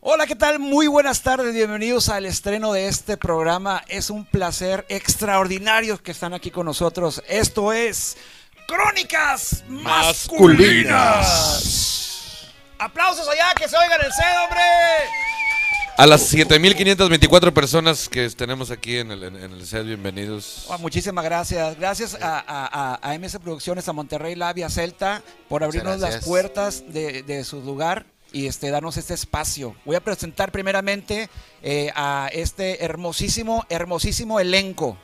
Hola, ¿qué tal? Muy buenas tardes, bienvenidos al estreno de este programa. Es un placer extraordinario que están aquí con nosotros. Esto es Crónicas Masculinas. Aplausos allá, que se oigan el sed, hombre. A las 7524 personas que tenemos aquí en el, en el set, bienvenidos. Oh, muchísimas gracias. Gracias a, a- a- a MS Producciones, a Monterrey Labia Celta, por abrirnos las gracias. puertas de, de su lugar y este, darnos este espacio. Voy a presentar primeramente eh, a este hermosísimo, hermosísimo elenco.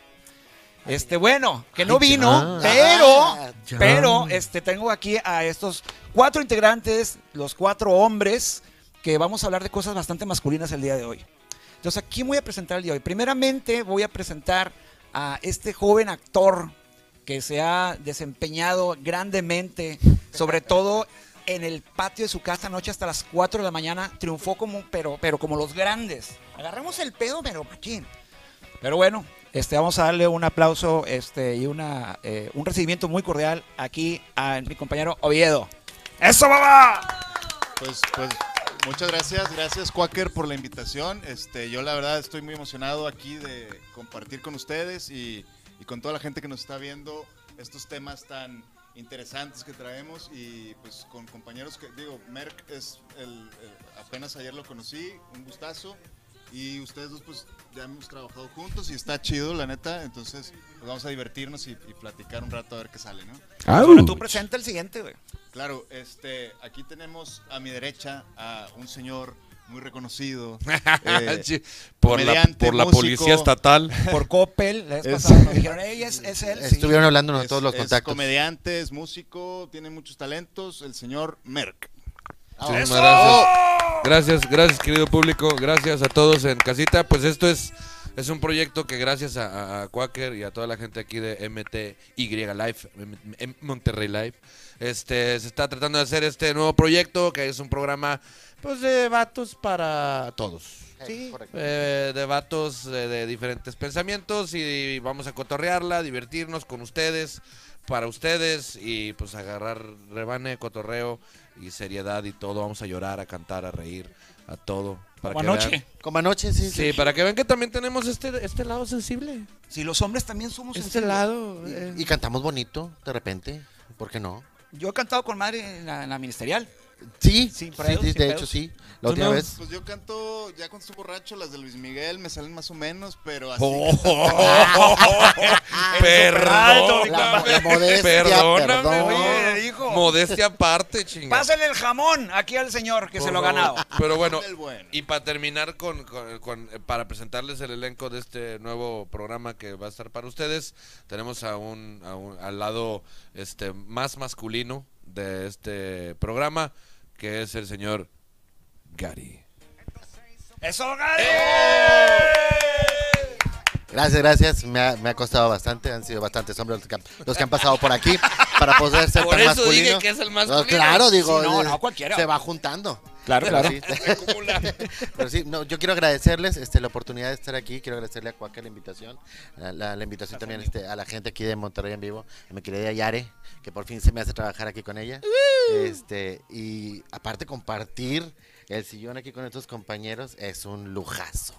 Este, bueno, que no Ay, vino, ya. pero, Ah, ya. pero, este, tengo aquí a estos cuatro integrantes, los cuatro hombres, que vamos a hablar de cosas bastante masculinas el día de hoy. Entonces, aquí voy a presentar el día de hoy? Primeramente, voy a presentar a este joven actor que se ha desempeñado grandemente, sobre todo en el patio de su casa anoche hasta las 4 de la mañana, triunfó como, pero, pero como los grandes. Agarramos el pedo, pero machín. Pero bueno, este, vamos a darle un aplauso este, y una, eh, un recibimiento muy cordial aquí a mi compañero Oviedo. ¡Eso, mamá! Pues, pues muchas gracias, gracias Quaker por la invitación. Este, yo la verdad estoy muy emocionado aquí de compartir con ustedes y, y con toda la gente que nos está viendo estos temas tan interesantes que traemos y pues con compañeros que digo, Merck es el, el- apenas ayer lo conocí, un gustazo y ustedes dos pues ya hemos trabajado juntos y está chido la neta, entonces pues, vamos a divertirnos y, y platicar un rato a ver qué sale, ¿no? Ahora tú presenta el siguiente, güey. Claro, este, aquí tenemos a mi derecha a un señor muy reconocido. eh, Sí, por la, comediante, por la músico. policía estatal. Por Coppel, la vez Es- pasada nos dijeron, "Ey, es, es él. sí". Estuvieron hablándonos de es- todos los es contactos. comediante, es músico, tiene muchos talentos, el señor Merck. Muchísimas gracias. ¡Oh! Gracias, gracias querido público, gracias a todos en casita. Pues esto es, es un proyecto que gracias a, a- a Quaker y a toda la gente aquí de MTY Live, M- M- Monterrey Live, este, se está tratando de hacer este nuevo proyecto que es un programa pues de vatos para todos. Sí, correcto. Eh, de vatos eh, de diferentes pensamientos y vamos a cotorrearla, divertirnos con ustedes, para ustedes y pues agarrar rebane, cotorreo y seriedad y todo. Vamos a llorar, a cantar, a reír, a todo. Para Como que anoche. vean- Como anoche, sí. Sí, para que vean que también tenemos este, este lado sensible. Si los hombres también somos Este sensibles. lado. eh. Y cantamos bonito, de repente. ¿Por qué no? Yo he cantado con madre en la, en la ministerial. Sí, Sin sí, pedos, sí, sin de pedos. hecho sí. ¿Tú La última no? vez. Pues yo canto, ya cuando estoy borracho, las de Luis Miguel me salen más o menos, pero así. Oh, Oh. Perdón, La mo- la modestia, perdóname, perdón. oye, Oye, hijo. Modestia aparte, chingada. Pásenle el jamón aquí al señor que Por se lo ha favor. ganado. Pero bueno, Del bueno. y para terminar con, con- con- eh, para presentarles el elenco de este nuevo programa que va a estar para ustedes, tenemos a un, a un- al lado este más masculino de este programa, que es el señor Gary. ¡Eso, Gary! Gracias, gracias. Me ha, me ha costado bastante. Han sido bastantes hombres los que, han- los que han pasado por aquí para poder ser Por tan eso masculino. dije que es el masculino. No, claro, digo. Sí, no, eh, no, cualquiera. Se va juntando. Claro, Pero sí, Pero sí, no, yo quiero agradecerles este, la oportunidad de estar aquí, quiero agradecerle a Cuaca la invitación, la, la- la invitación también este, a la gente aquí de Monterrey en vivo, a mi querida Yare, que por fin se me hace trabajar aquí con ella, este, y aparte compartir el sillón aquí con estos compañeros es un lujazo.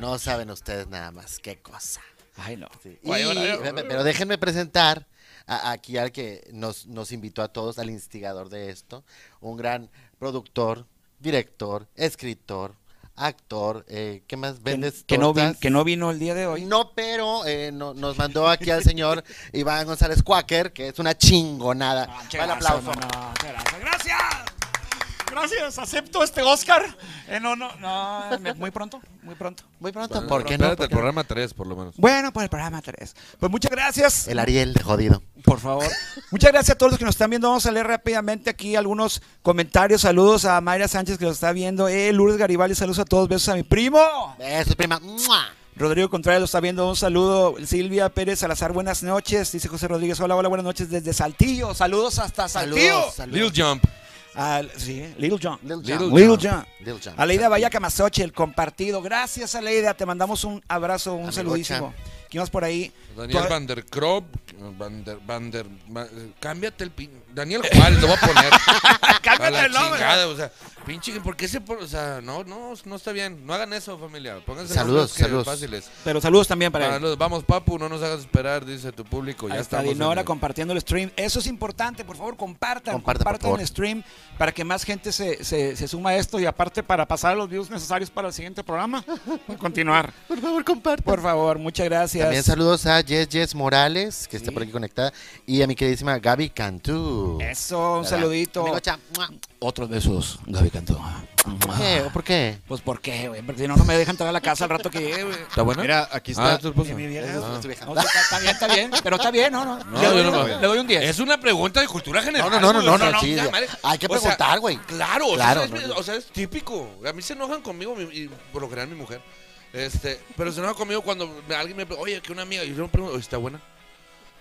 No saben ustedes nada más qué cosa. Ay, no. Sí. Guay, Y- guay, guay. pe- pero déjenme presentar a- aquí al que nos, nos invitó a todos, al instigador de esto, un gran productor, director, escritor, actor, eh, ¿qué más vendes? Que no, vi- Tortas. que no vino el día de hoy. No, pero eh, no- nos mandó aquí al señor Iván González Cuáquer, que es una chingonada. Ah, muchas Un gracias, aplauso. hermano, muchas gracias. ¡Gracias! Gracias, acepto este Oscar. Eh, no, no, no, me- muy pronto, muy pronto. Muy pronto, Bueno, ¿por qué espérate, no? ¿Por el qué no? programa 3, por lo menos. Bueno, por el programa 3. Pues muchas gracias. El Ariel de jodido. Por favor. Muchas gracias a todos los que nos están viendo. Vamos a leer rápidamente aquí algunos comentarios. Saludos a Mayra Sánchez que nos está viendo. Eh, Lourdes Garibaldi, saludos a todos. Besos a mi primo. Besos, prima. ¡Mua! Rodrigo Contreras lo está viendo. Un saludo. Silvia Pérez Salazar, buenas noches. Dice José Rodríguez. Hola, hola, buenas noches desde Saltillo. Saludos hasta Saltillo. Saludos, Lil saludos. Jump. Al- sí, Little John. Little Little John. Little John. Little John. Aleida Vaya Camasoche, el compartido. Gracias, Aleida. Te mandamos un abrazo, un Amigocha. saludísimo. ¿Quién más por ahí? Daniel Por- Van der Krop, Vander, Vander, Ma- eh, cámbiate el pin... Daniel Juárez, lo voy a poner. A Cámbiate la el nombre. chingada, o sea, pinche, ¿por qué se pon- O sea, no, no, no está bien. No hagan eso, familia. Pónganse Saludos, nombres que- saludos. fáciles. Pero saludos también para, él. Saludos. Vamos, Papu, no nos hagas esperar, dice tu público. pues Ya Ahí está estamos. en Dinora el- compartiendo el stream. Eso es importante, por favor, compartan. Compartan, por compartan favor. el stream para que más gente se, se, se suma a esto y aparte para pasar los views necesarios para el siguiente programa. Continuar. Por favor, comparte. Por favor, muchas gracias. También saludos a Jess Jess Morales, que está por aquí conectada, y a mi queridísima Gaby Cantú. Eso, un ¿Verdad? saludito. Amigo Cha, ¡mua! Otros besos, Gaby Cantú. ¿Por qué? ¿O ¿Por qué? Pues por qué, güey, porque si no, no me dejan entrar a la casa al rato que llegue, güey. ¿Está buena? Mira, aquí Ah, está. ¿es tu esposa? No, sí, está, está bien, está bien, pero está bien, ¿no? No, No, le, doy, yo no me- le doy un 10. Es una pregunta de cultura general. No, no, no, güey, no, o sea, no, sí, ya, ya. madre. Hay que O sea, preguntar, güey. Claro, o sea, Claro, es- no, no. o sea, es típico. A mí se enojan conmigo, mi- y por lo general mi mujer. Este, pero se enoja conmigo cuando me- alguien me pre- oye, que una amiga, y yo me pregunto, "Oye, ¿está buena?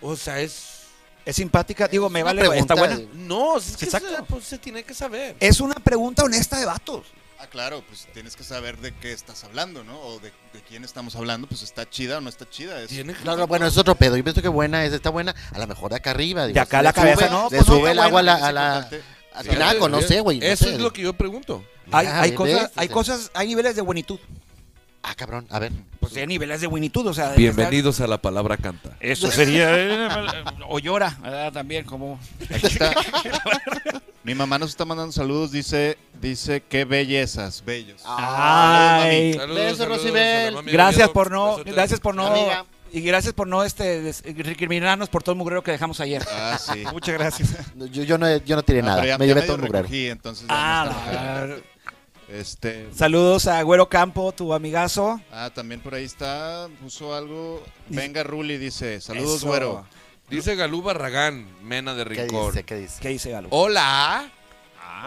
O sea, es. Es simpática, digo, me una vale, güey, está pregunta buena. No, es que Exacto. se- pues, se tiene que saber. Es una pregunta honesta de vatos. Ah, claro, pues tienes que saber de qué estás hablando, ¿no? O de, de quién estamos hablando, pues está chida o no está chida. Es, Tiene que- No, no, bueno, es otro pedo. Yo pienso que buena es, está buena. A lo mejor de acá arriba. digo, De acá si la le cabeza, sube- no, Le pues no, sube está el agua a la- es a la. importante. al Sí, tinaco, no sé, güey. no Eso sé. es lo que yo pregunto. Hay, Ah, hay ¿ves? cosas, hay Sí. cosas, hay niveles de buenitud. Ah, cabrón, a ver. Pues hay niveles de buenitud, o sea. de Bienvenidos a la palabra canta. estar- Eso sería. eh, o llora, ¿verdad? También, como. Aquí está. Mi mamá nos está mandando saludos, dice, dice, qué bellezas, bellos. Ah, Ay. Besos, Rosibel. Gracias por no. Gracias por no. Amiga. Y gracias por no este, des- recriminarnos por todo el mugrero que dejamos ayer. Ah, sí. Muchas gracias. No, Yo, yo, no, yo no tiré Ah, nada. pero ya- me ya llevé medio todo el mugrero. recogí, entonces ya no está Ah, mojado. la- Este, saludos a Güero Campo, tu amigazo. ah, también por ahí está, puso algo. Venga, Ruli dice, saludos, Eso. güero. Dice Galú Barragán, mena de ¿Qué rincón. dice? ¿Qué dice? ¿Qué dice Galo? Hola.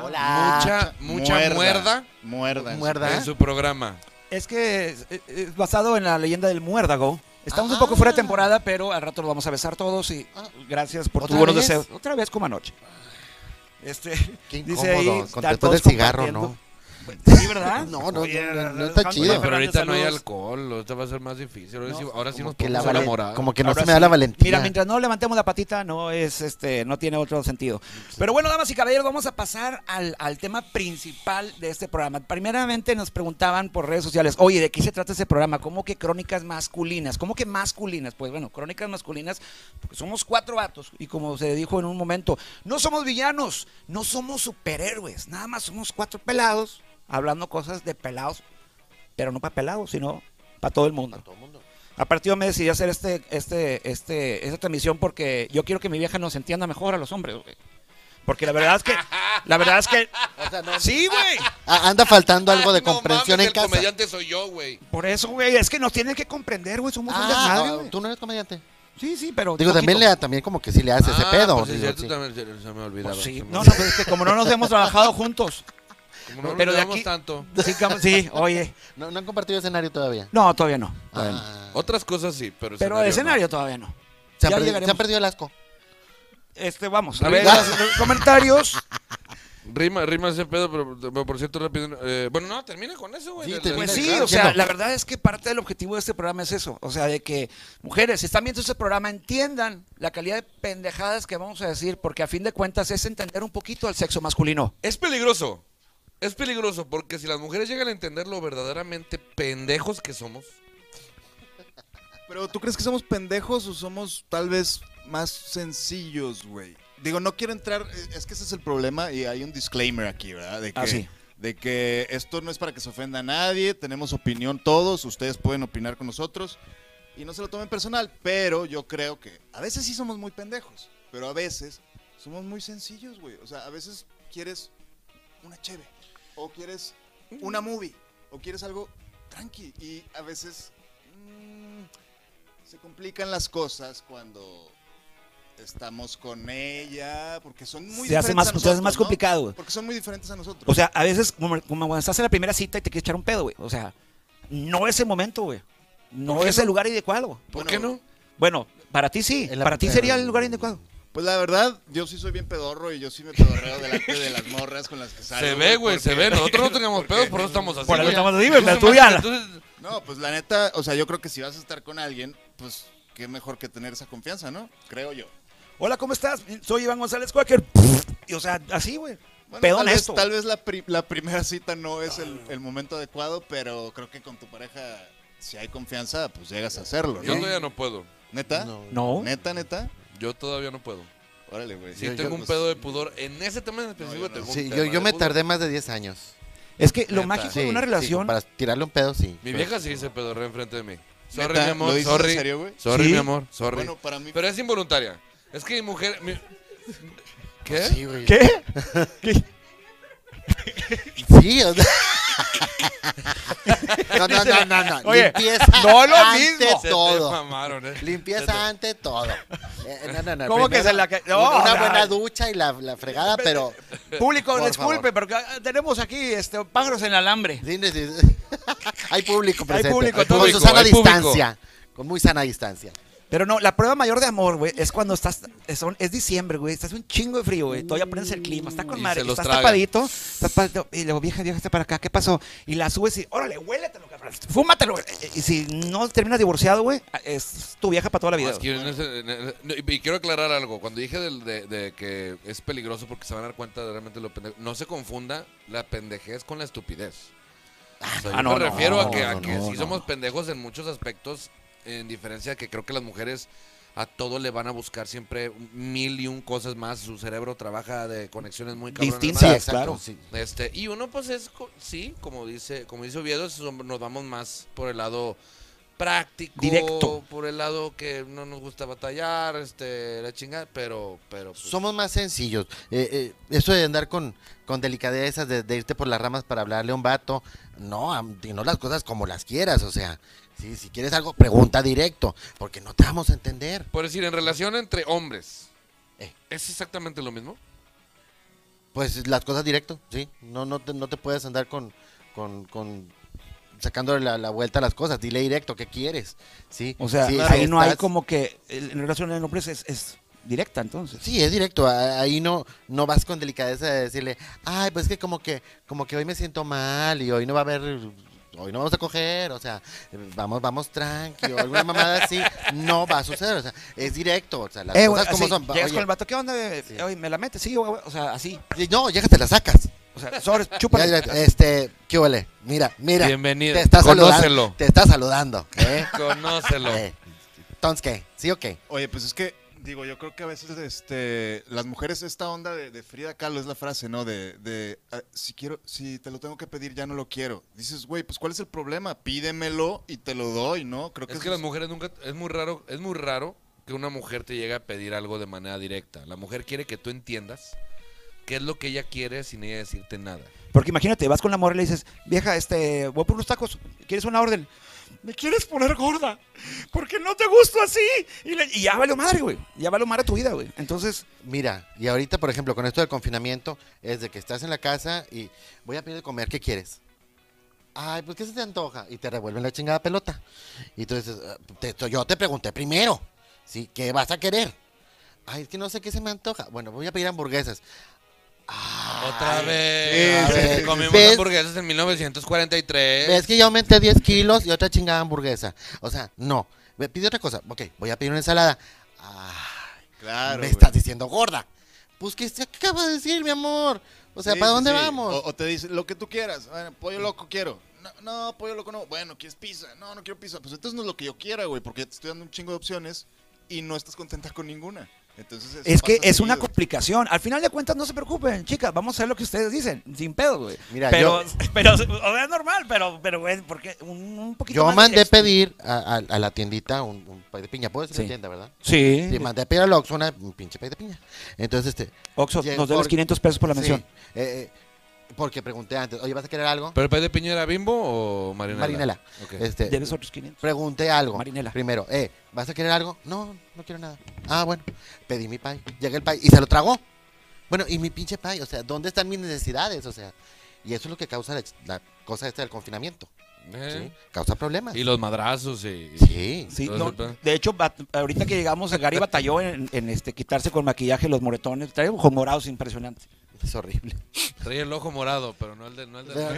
Hola. Mucha, mucha muerda, Muerda. en su- Muerda. en su programa. Es que es, es- es basado en la leyenda del muérdago. Estamos un Ah. poco fuera de temporada, pero al rato lo vamos a besar todos y Ah. gracias por tus ¿Otra buenos vez? deseos. Otra vez como anoche. Este, Qué dice incómodo. ahí, con- están después del todos cigarro, ¿no? compartiendo. Sí, ¿verdad? No, no, Oye, no, no, no está Alejandro chido. Oye, pero ahorita no hay Fernández, saludos. alcohol, ahorita va a ser más difícil. Ahora No, sí, ahora sí Como nos que, la podemos vale- enamorar. como que no Ahora se me da sí. la valentía. Mira, mientras no levantemos la patita, no es este, no tiene otro sentido. Pero bueno, damas y caballeros, vamos a pasar al, al tema principal de este programa. Primeramente nos preguntaban por redes sociales, oye, ¿de qué se trata ese programa? ¿Cómo que crónicas masculinas? ¿Cómo que masculinas? Pues bueno, crónicas masculinas, porque somos cuatro vatos, y como se dijo en un momento, no somos villanos, no somos superhéroes, nada más somos cuatro pelados, hablando cosas de pelados, pero no para pelados, sino para todo el mundo. Todo el mundo. A partir yo me decidí hacer este, este, este, esta transmisión porque yo quiero que mi vieja nos entienda mejor a los hombres, güey. Porque la verdad es que, la verdad es que, O sea, no- sí, güey. Ah, anda faltando algo de No comprensión mames, en casa. El comediante soy yo, güey. Por eso, güey, es que nos tienen que comprender, güey. Somos un Ah, desmadre, ah, güey. tú no eres comediante. Sí, sí, pero. Digo, también, poquito. le, también como que sí le hace ese Ah, pedo. pues sí, digo, cierto, sí. también se, se me olvidaba. Pues sí, se me no, no, olvidaba. pero es que como no nos hemos trabajado juntos. Como no nos pero de llevamos aquí- tanto. Sí, como- sí, oye. No, no han compartido escenario todavía. No, todavía no. todavía no. Ah. Otras cosas sí, pero Pero no. el escenario todavía no. se, han Ya perdido, se han llegaremos. perdido el asco. Este, vamos. A A ver. ver, los comentarios. Rima, rima ese pedo, pero, pero por cierto, rápido. eh, bueno, no, termina con eso, güey. Sí, Del- termina. del- Pues sí, claro, o sea, entiendo. la verdad es que parte del objetivo de este programa es eso. O sea, de que mujeres, si están viendo este programa, entiendan la calidad de pendejadas que vamos a decir, porque a fin de cuentas es entender un poquito al sexo masculino. Es peligroso. Es peligroso porque si las mujeres llegan a entender lo verdaderamente pendejos que somos, Pero ¿tú crees que somos pendejos o somos tal vez más sencillos, güey? Digo, no quiero entrar, eh, es que ese es el problema y hay un disclaimer aquí, ¿verdad? De que, Ah, sí. de que esto no es para que se ofenda a nadie, tenemos opinión todos, ustedes pueden opinar con nosotros y no se lo tomen personal, pero yo creo que a veces sí somos muy pendejos, pero a veces somos muy sencillos, güey. O sea, a veces quieres una cheve o quieres una movie o quieres algo tranqui y a veces mm, se complican las cosas cuando estamos con ella porque son muy Se hace diferentes más- a se hace nosotros, más ¿no? complicado, güey. porque son muy diferentes a nosotros O sea, a veces, como, como cuando estás en la primera cita y te quieres echar un pedo, güey. O sea, no es el momento, güey. No es el lugar adecuado. ¿por Bueno, qué no? Bueno, para ti sí. En la Para ti primera- sería el lugar inadecuado. pues la verdad yo sí soy bien pedorro y yo sí me pedorreo delante de las morras con las que salgo Se ve, güey, se porque- ve. Nosotros no teníamos porque- pedos, por eso estamos así. Por eso güey. estamos así, güey, Entonces, pero tú ya- entonces, no pues la neta o sea yo creo que si vas a estar con alguien pues qué mejor que tener esa confianza, ¿no? Creo yo. Hola, ¿cómo estás? Soy Iván González Quaker. Y, o sea, así, güey. Bueno, Pedón tal vez, esto. tal vez la, pri- la primera cita no es el, el momento adecuado, pero creo que con tu pareja, si hay confianza, pues llegas a hacerlo, Yo ¿no? todavía no puedo. ¿Neta? No. ¿Neta, neta? Yo todavía no puedo. Órale, güey. Sí, Yo- tengo yo- un pedo de pudor. En ese tema en específico yo pues, no. tengo un Sí, tema yo, de yo me pudor. tardé más de 10 años. Es que lo Neta. mágico Sí, de una sí, relación. para tirarle un pedo, sí. Mi vieja sí se pedorreó enfrente de mí. Sorry, ¿Neta? mi amor. ¿Lo dices sorry. en serio, güey? Sorry, Sí. mi amor. Sorry. Bueno, para mí... Pero es involuntaria. Es que mi mujer. mi- ¿Qué? Sí, güey. ¿Qué? ¿Qué? Sí, o sea. No, no, no, no, no. Oye, Limpieza no lo ante mismo. Se te todo. mamaron, eh. Se te- Limpieza ante todo. Eh, no, no, no, ¿Cómo que primero se la ca- una- No, una no. buena ducha y la, la fregada, pero. Público, Por disculpe, porque ah, tenemos aquí este, pájaros en alambre. Sí, sí, sí. Hay público presente. público, hay Con público, su sana hay público. distancia. Con muy sana distancia. Pero no, la prueba mayor de amor, güey, es cuando estás. Es, son- es diciembre, güey. Estás un chingo de frío, güey. Todavía aprendes el clima. Está con Y madre. se los Estás traga. tapadito. Estás tapadito. Y luego, vieja, vieja, está para acá. ¿Qué pasó? Y la subes y. Órale, huéletelo, cabrón. Fúmatelo. güey. Eh, Y si no terminas divorciado, güey, es tu vieja para toda la vida. Es que yo en ese- en- en- no, y, y quiero aclarar algo. Cuando dije del- de, de que es peligroso porque se van a dar cuenta de realmente lo pendejo, no se confunda la pendejez con la estupidez. O sea, ah, yo no, me no, refiero a no, que, a no, que no, sí no. somos pendejos en muchos aspectos, en diferencia que creo que las mujeres a todo le van a buscar siempre mil y un cosas más. Su cerebro trabaja de conexiones muy cabronas. Distintas. más. Sí, claro. Sí. Este, y uno, pues es, co- sí, como dice, como dice Oviedo, so- nos vamos más por el lado práctico, Directo. por el lado que no nos gusta batallar, este, la chingada, pero, pero. pues, Somos más sencillos. Eh, eh, eso de andar con, con delicadezas, de, de irte por las ramas para hablarle a un vato, no, am- y no las cosas como las quieras. O sea, si, si quieres algo, pregunta directo, porque no te vamos a entender. Por decir, en relación entre hombres, Eh. ¿es exactamente lo mismo? Pues las cosas directo, sí. No, no, te, no te puedes andar con, con, con sacándole la, la vuelta a las cosas. Dile directo, ¿qué quieres? Sí. O sea, sí, ahí sí, no hay estás- como que. el- En relación a hombres es, es directa, entonces. Sí, es directo. a- Ahí no, no vas con delicadeza de decirle, ay, pues es que como que, como que hoy me siento mal y hoy no va a haber, hoy no vamos a coger, o sea, vamos, vamos tranqui, o alguna mamada así, no va a suceder, o sea, es directo, o sea, las Eh, güey, cosas como así, son. Llegas Oye, con el vato, ¿qué onda? bebé? Sí. Oye, ¿me la metes? Sí, güey, güey, o sea, así. sí, No, llegas, te la sacas. O sea, sobres, Ya, chúpale. ya, este, ¿qué huele? Mira, mira. Bienvenido. Te está saludando. Conócelo. Te está saludando. ¿eh? Conócelo. Eh, Entonces, ¿qué? ¿Sí o qué? Oye, pues es que, digo, yo creo que a veces este, las mujeres, esta onda de, de Frida Kahlo es la frase, ¿no? De, de ah, si quiero, si te lo tengo que pedir, ya no lo quiero. Dices, güey, pues ¿cuál es el problema? Pídemelo y te lo doy, ¿no? Creo que Es eso que las mujeres nunca, es muy raro, es muy raro que una mujer te llegue a pedir algo de manera directa. La mujer quiere que tú entiendas qué es lo que ella quiere sin ella decirte nada. Porque imagínate, vas con la morra y le dices, vieja, este, voy por unos tacos, ¿quieres una orden? Me quieres poner gorda, porque no te gusto así. Y, le- y ya valió madre, güey. Ya valió madre tu vida, güey. Entonces, Mira, y ahorita, por ejemplo, con esto del confinamiento, es de que estás en la casa y voy a pedir de comer, ¿qué quieres? Ay, pues, ¿qué se te antoja? Y te revuelven la chingada pelota. Y entonces, ah, te- te- yo te pregunté primero, ¿sí? ¿Qué vas a querer? Ay, es que no sé qué se me antoja. Bueno, voy a pedir hamburguesas. Ay, Otra vez. sí, otra sí, vez. sí. Comimos ¿Ves? hamburguesas en 1943. Eh. ¿Ves que yo aumenté 10 kilos y otra chingada hamburguesa? O sea, no. Me pide otra cosa. Ok, voy a pedir una ensalada. Ay, es- claro, me güé. estás diciendo gorda. Pues, ¿qué se acaba de decir, mi amor? O sea, Sí, ¿para sí, dónde sí. vamos? O, o te dice, lo que tú quieras. Bueno, pollo loco quiero. No, no, pollo loco no. Bueno, ¿quieres pizza? No, no quiero pizza. Pues entonces no es lo que yo quiera, güey, porque te estoy dando un chingo de opciones y no estás contenta con ninguna. Entonces eso es que pasa es una seguido. complicación. Al final de cuentas, no se preocupen, chicas, vamos a hacer lo que ustedes dicen, sin pedo, güey. Mira, pero, yo- pero, o sea, es normal, pero, pero, güey, porque un, un poquito Yo más de mandé ex- pedir a, a- a la tiendita un, un pay de piña. ¿Puedo decir Sí. la tienda, verdad? Sí. Sí, mandé a pedir a la Oxxo una un pinche pay de piña. Entonces, este. Oxxo, Ye- nos debes por- 500 pesos por la sí, mención. eh, eh, porque pregunté antes, oye, ¿vas a querer algo? ¿Pero el pay de piña era bimbo o marinela? Marinela. Ok. Este, Debes otros 500. pregunté algo. Marinela. Primero, eh, ¿vas a querer algo? No, no quiero nada. Ah, bueno. Pedí mi pay. Llega el pay y se lo tragó. Bueno, y mi pinche pay. O sea, ¿dónde están mis necesidades? O sea, y eso es lo que causa la, ch- la cosa esta del confinamiento. Eh, ¿sí? Causa problemas. Y los madrazos y... Sí. Sí, Todo no, ese pedo. de hecho, bat- ahorita que llegamos, Gary batalló en, en, este, quitarse con maquillaje los moretones. Trae ojos morados impresionante. Es horrible. Traía el ojo morado, pero no el de... No el de-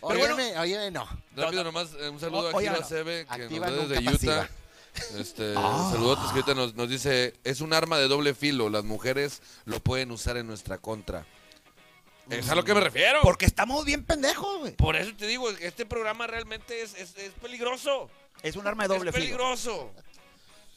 Óyeme, óyeme, no. Rápido nomás, eh, un saludo O- a Giro oigan, Acebe, que activa nos ve nunca desde Utah. pasiva. Este, Saludotes que ahorita nos, nos dice, es un arma de doble filo, las mujeres lo pueden usar en nuestra contra. Es a lo que me refiero. Por, Porque estamos bien pendejos, güey. eso te digo, este programa realmente es, es- es peligroso. Es un arma de doble es filo. peligroso.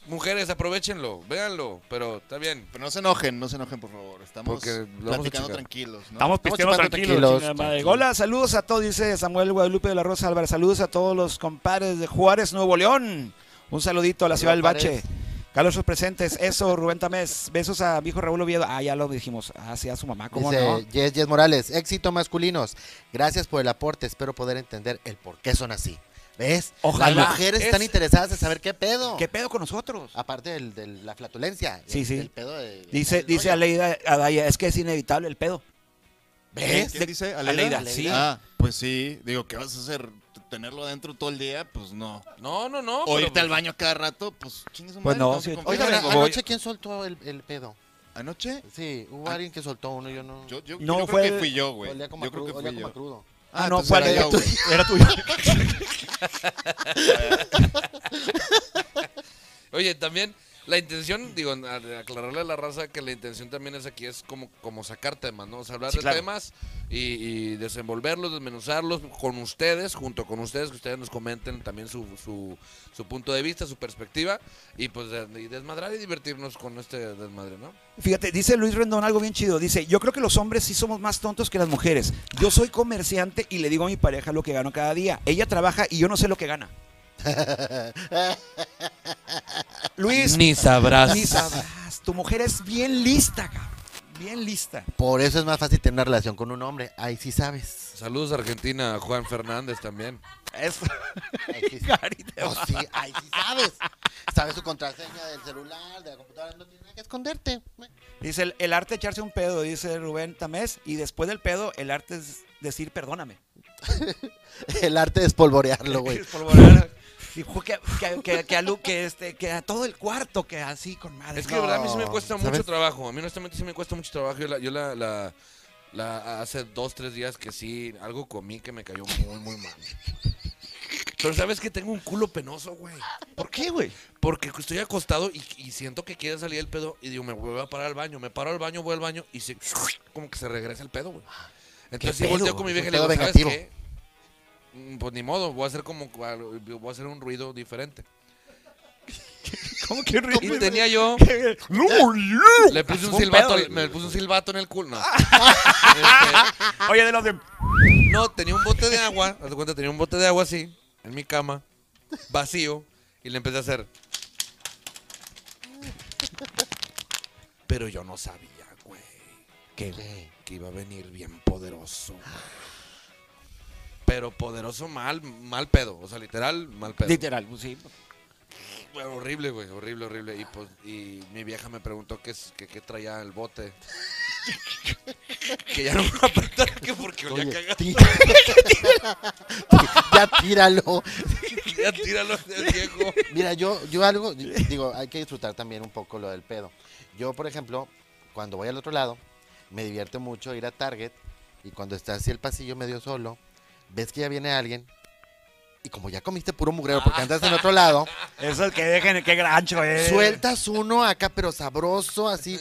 Mujeres, aprovechenlo, véanlo, pero está bien. Pero no se enojen, no se enojen, por favor. Estamos Porque lo vamos a platicando checar. tranquilos. ¿no? Estamos pisteando chupando tranquilos, tranquilos, chingada madre. Eh, Hola, saludos a todos, dice Samuel Guadalupe de la Rosa Álvarez. Saludos a todos los compadres de Juárez, Nuevo León. Un saludito a la ciudad del Bache. Juárez. Carlos sus presentes, eso, Rubén Tamés. Besos a mi hijo Raúl Oviedo. Ah, ya lo dijimos. Ah, sí, a su mamá, ¿cómo Dice no? Jess, Jess Morales, éxito masculinos. Gracias por el aporte. Espero poder entender el por qué son así. ¿Ves? Ojalá. Las mujeres Es- están interesadas en saber qué pedo. ¿Qué pedo con nosotros? Aparte del- de la flatulencia. Sí, el- sí. el pedo de- Dice, del dice hoyo. Aleida Adaya, es que es inevitable el pedo. ¿Quién ¿Ves? quién dice? Aleida, sí. Ah, pues sí. Digo, ¿qué vas a hacer? ¿T- ¿Tenerlo adentro todo el día? Pues no. No, no, no. O pero- irte al baño cada rato, pues chingues un Pues no, sí. Oigan, Oigan, anoche, ¿quién soltó el, el pedo? ¿Anoche? Sí, hubo Ah. alguien que soltó uno, yo no. Yo, yo, No, yo creo fue el- que fui yo, güey. olía Yo como, a creo que crudo, olía fui como a yo. crudo. Ah, no, entonces fue era Aleida. yo, güey. Era tuyo. Oye, también la intención, digo, a- de aclararle a la raza que la intención también es aquí, es como, como sacar temas, ¿no? O sea, hablar Sí, de claro. temas y, y desenvolverlos, desmenuzarlos con ustedes, junto con ustedes, que ustedes nos comenten también su, su, su punto de vista, su perspectiva, y pues de- y desmadrar y divertirnos con este desmadre, ¿no? Fíjate, dice Luis Rendón algo bien chido. Dice, yo creo que los hombres sí somos más tontos que las mujeres. Yo soy comerciante y le digo a mi pareja lo que gano cada día. Ella trabaja y yo no sé lo que gana. Luis, Ni sabrás. ni sabrás. Tu mujer es bien lista, cabrón. Bien lista. Por eso es más fácil tener una relación con un hombre. Ahí sí sabes. Saludos a Argentina, a Juan Fernández también. Eso. Ahí sí, Carita. Oh, sí, ahí sí sabes. Sabes tu contraseña del celular, de la computadora, no tienes nada que esconderte. Dice, el, el arte de echarse un pedo, dice Rubén Tamés. Y después del pedo, el arte es decir perdóname. El arte de espolvorearlo, güey. Espolvorear. Dijo que, que, que, que a Lu- que este, que a todo el cuarto, que así con madre. Es que de verdad a mí sí me No, cuesta ¿sabes? mucho trabajo. A mí honestamente sí me cuesta mucho trabajo. Yo la, yo la, la- la- hace dos, tres días que sí, algo comí que me cayó muy, muy mal. Pero sabes que tengo un culo penoso, güey. ¿Por qué, güey? Porque estoy acostado y, y siento que quiere salir el pedo y digo, me voy a parar al baño. Me paro al baño, voy al baño y se, como que se regresa el pedo, güey. Entonces ¿Qué sí pedo, volteo con mi güey? vieja y Un le digo, pedo ¿sabes vengativo". qué? Mm, Pues ni modo, voy a hacer como, voy a hacer un ruido diferente. ¿Cómo que Y ríe? tenía yo... Eh. Le puse un, Fue un silbato, pedo. me puse un silbato en el culo. No. Oye, de los de. Este, no, tenía un bote de agua, haz de cuenta, tenía un bote de agua así, en mi cama, vacío, y le empecé a hacer. Pero yo no sabía, güey, que, ¿Qué? que iba a venir bien poderoso. güey. Pero poderoso mal, mal pedo, o sea, literal, mal pedo. Literal, pues, sí. Güey, Horrible, güey, horrible, horrible. Y, pues, y mi vieja me preguntó qué, es- que qué traía el bote. que ya no me iba a apretar, que porque olía Oye, cagado. tí- ya tíralo. Ya tíralo del viejo. Mira, yo, yo algo, digo, hay que disfrutar también un poco lo del pedo. Yo, por ejemplo, cuando voy al otro lado, me divierte mucho ir a Target y cuando está así el pasillo medio solo, ves que ya viene alguien y como ya comiste puro mugrero porque andas en otro lado, Eso que dejen, qué grancho, eh. sueltas uno acá pero sabroso así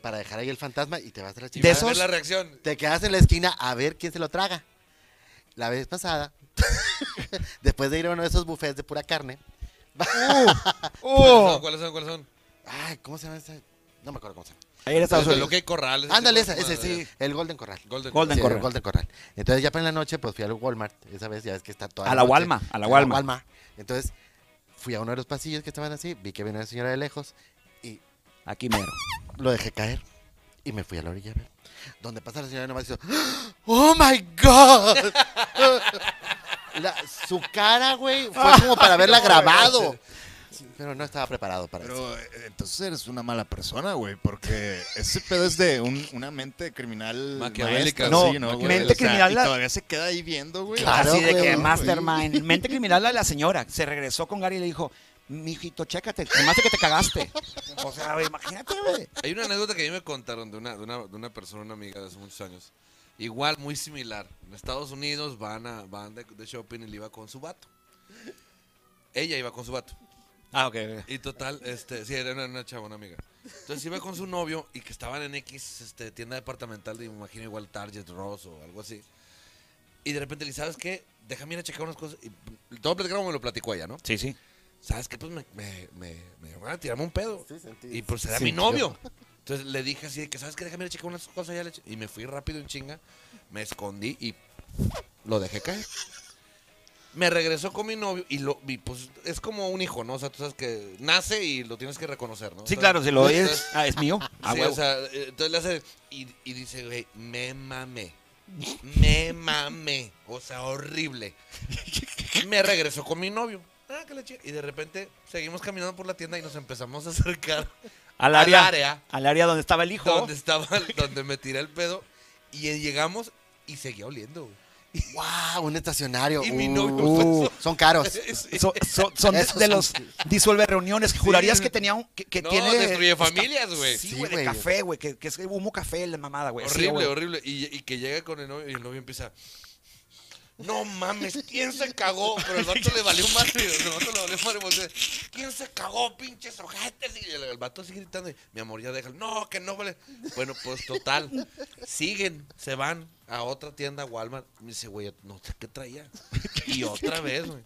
para dejar ahí el fantasma y te vas a la Y chingada. vas a ver la reacción. Te quedas en la esquina a ver quién se lo traga. La vez pasada, después de ir a uno de esos buffets de pura carne, Oh. ¿Cuáles son? ¿Cuáles son? ¿Cuáles son? ay, ¿cómo se llama esa? No me acuerdo cómo se llama. Ahí en Estados Desde Unidos. lo que hay corrales. ese Ándale, tipo esa, de ese, madre. sí, el Golden Corral. Golden. Golden Sí, Corral. el Golden Corral. Entonces ya para en la noche, pues fui al Walmart, esa vez ya es que está toda A la noche. Walmart, a la Walmart. Entonces fui a uno de los pasillos que estaban así, vi que venía una señora de lejos y Aquí mero. lo dejé caer y me fui a la orilla. a ver. Donde pasa la señora y nomás hizo, ¡Oh my God! La- su cara, güey, fue como para haberla grabado. Pero no estaba preparado para eso. Pero eh, entonces eres una mala persona, güey, porque ese pedo es de un- una mente criminal Maquiavélica, maestra, no, sí, güey? mente O sea, criminal y la- todavía se queda ahí viendo, güey. Claro, Así de güey, que güey. mastermind. Mente criminal a la señora. Se regresó con Gary y le dijo: Mijito, chécate. Además de que te cagaste. O sea, güey, imagínate, güey. Hay una anécdota que a mí me contaron de una, de una, de una persona, una amiga de hace muchos años, Igual, muy similar. En Estados Unidos van, a, van de, de shopping y le iba con su vato. Ella iba con su vato. Ah, ok. Y total, este, sí, era una, una chava, una amiga. Entonces iba con su novio y que estaban en X este, tienda departamental, de, me imagino igual Target, Ross o algo así. Y de repente le dice, ¿sabes qué? Déjame ir a checar unas cosas. Y mm, todo platicado me lo platicó ella, ¿no? Sí, sí. ¿Sabes qué? Pues me, me, me, me van a tirarme un pedo. Sí, sentí. Y pues era mi novio. Entonces le dije así de que, ¿sabes qué? Déjame ir a checar unas cosas. Ya le che-". y me fui rápido en chinga, me escondí y lo dejé caer. Me regresó con mi novio y lo y pues es como un hijo, ¿no? O sea, tú sabes que nace y lo tienes que reconocer, ¿no? Sí, Entonces- claro, si lo Entonces- oyes. Ah, es mío. Ah, Sí, huevo. o sea, eh, entonces le hace y, y dice, güey, me mamé. Me mamé. O sea, horrible. Me regresó con mi novio. Ah, que la chi- Y de repente seguimos caminando por la tienda y nos empezamos a acercar al, al área, al área. área. donde estaba el hijo. donde estaba, donde me tiré el pedo. Y llegamos y seguía oliendo, güey. ¡Wow! Un estacionario. Y mi Uh, novio, uh, son caros. So- so- son de, Esos de son- los disuelve reuniones. que Jurarías Sí. que tenía un. Que, que No, tiene, destruye está- familias, güey. Sí, Sí, güey, de güey. café, güey. Que, que es humo café, la mamada, güey. Sí, Horrible, güey. horrible. Y, y que llega con el novio y el novio empieza. No mames, ¿quién se cagó? Pero el vato le valió madre. El vato le valió madre. porque, ¿Quién se cagó, pinches ojetes? Y el, el vato sigue gritando. y, Mi amor, ya déjalo. No, que no vale. Bueno, pues total. Siguen, se van a otra tienda, Walmart. Me dice, güey, no sé qué traía. Y otra vez, güey.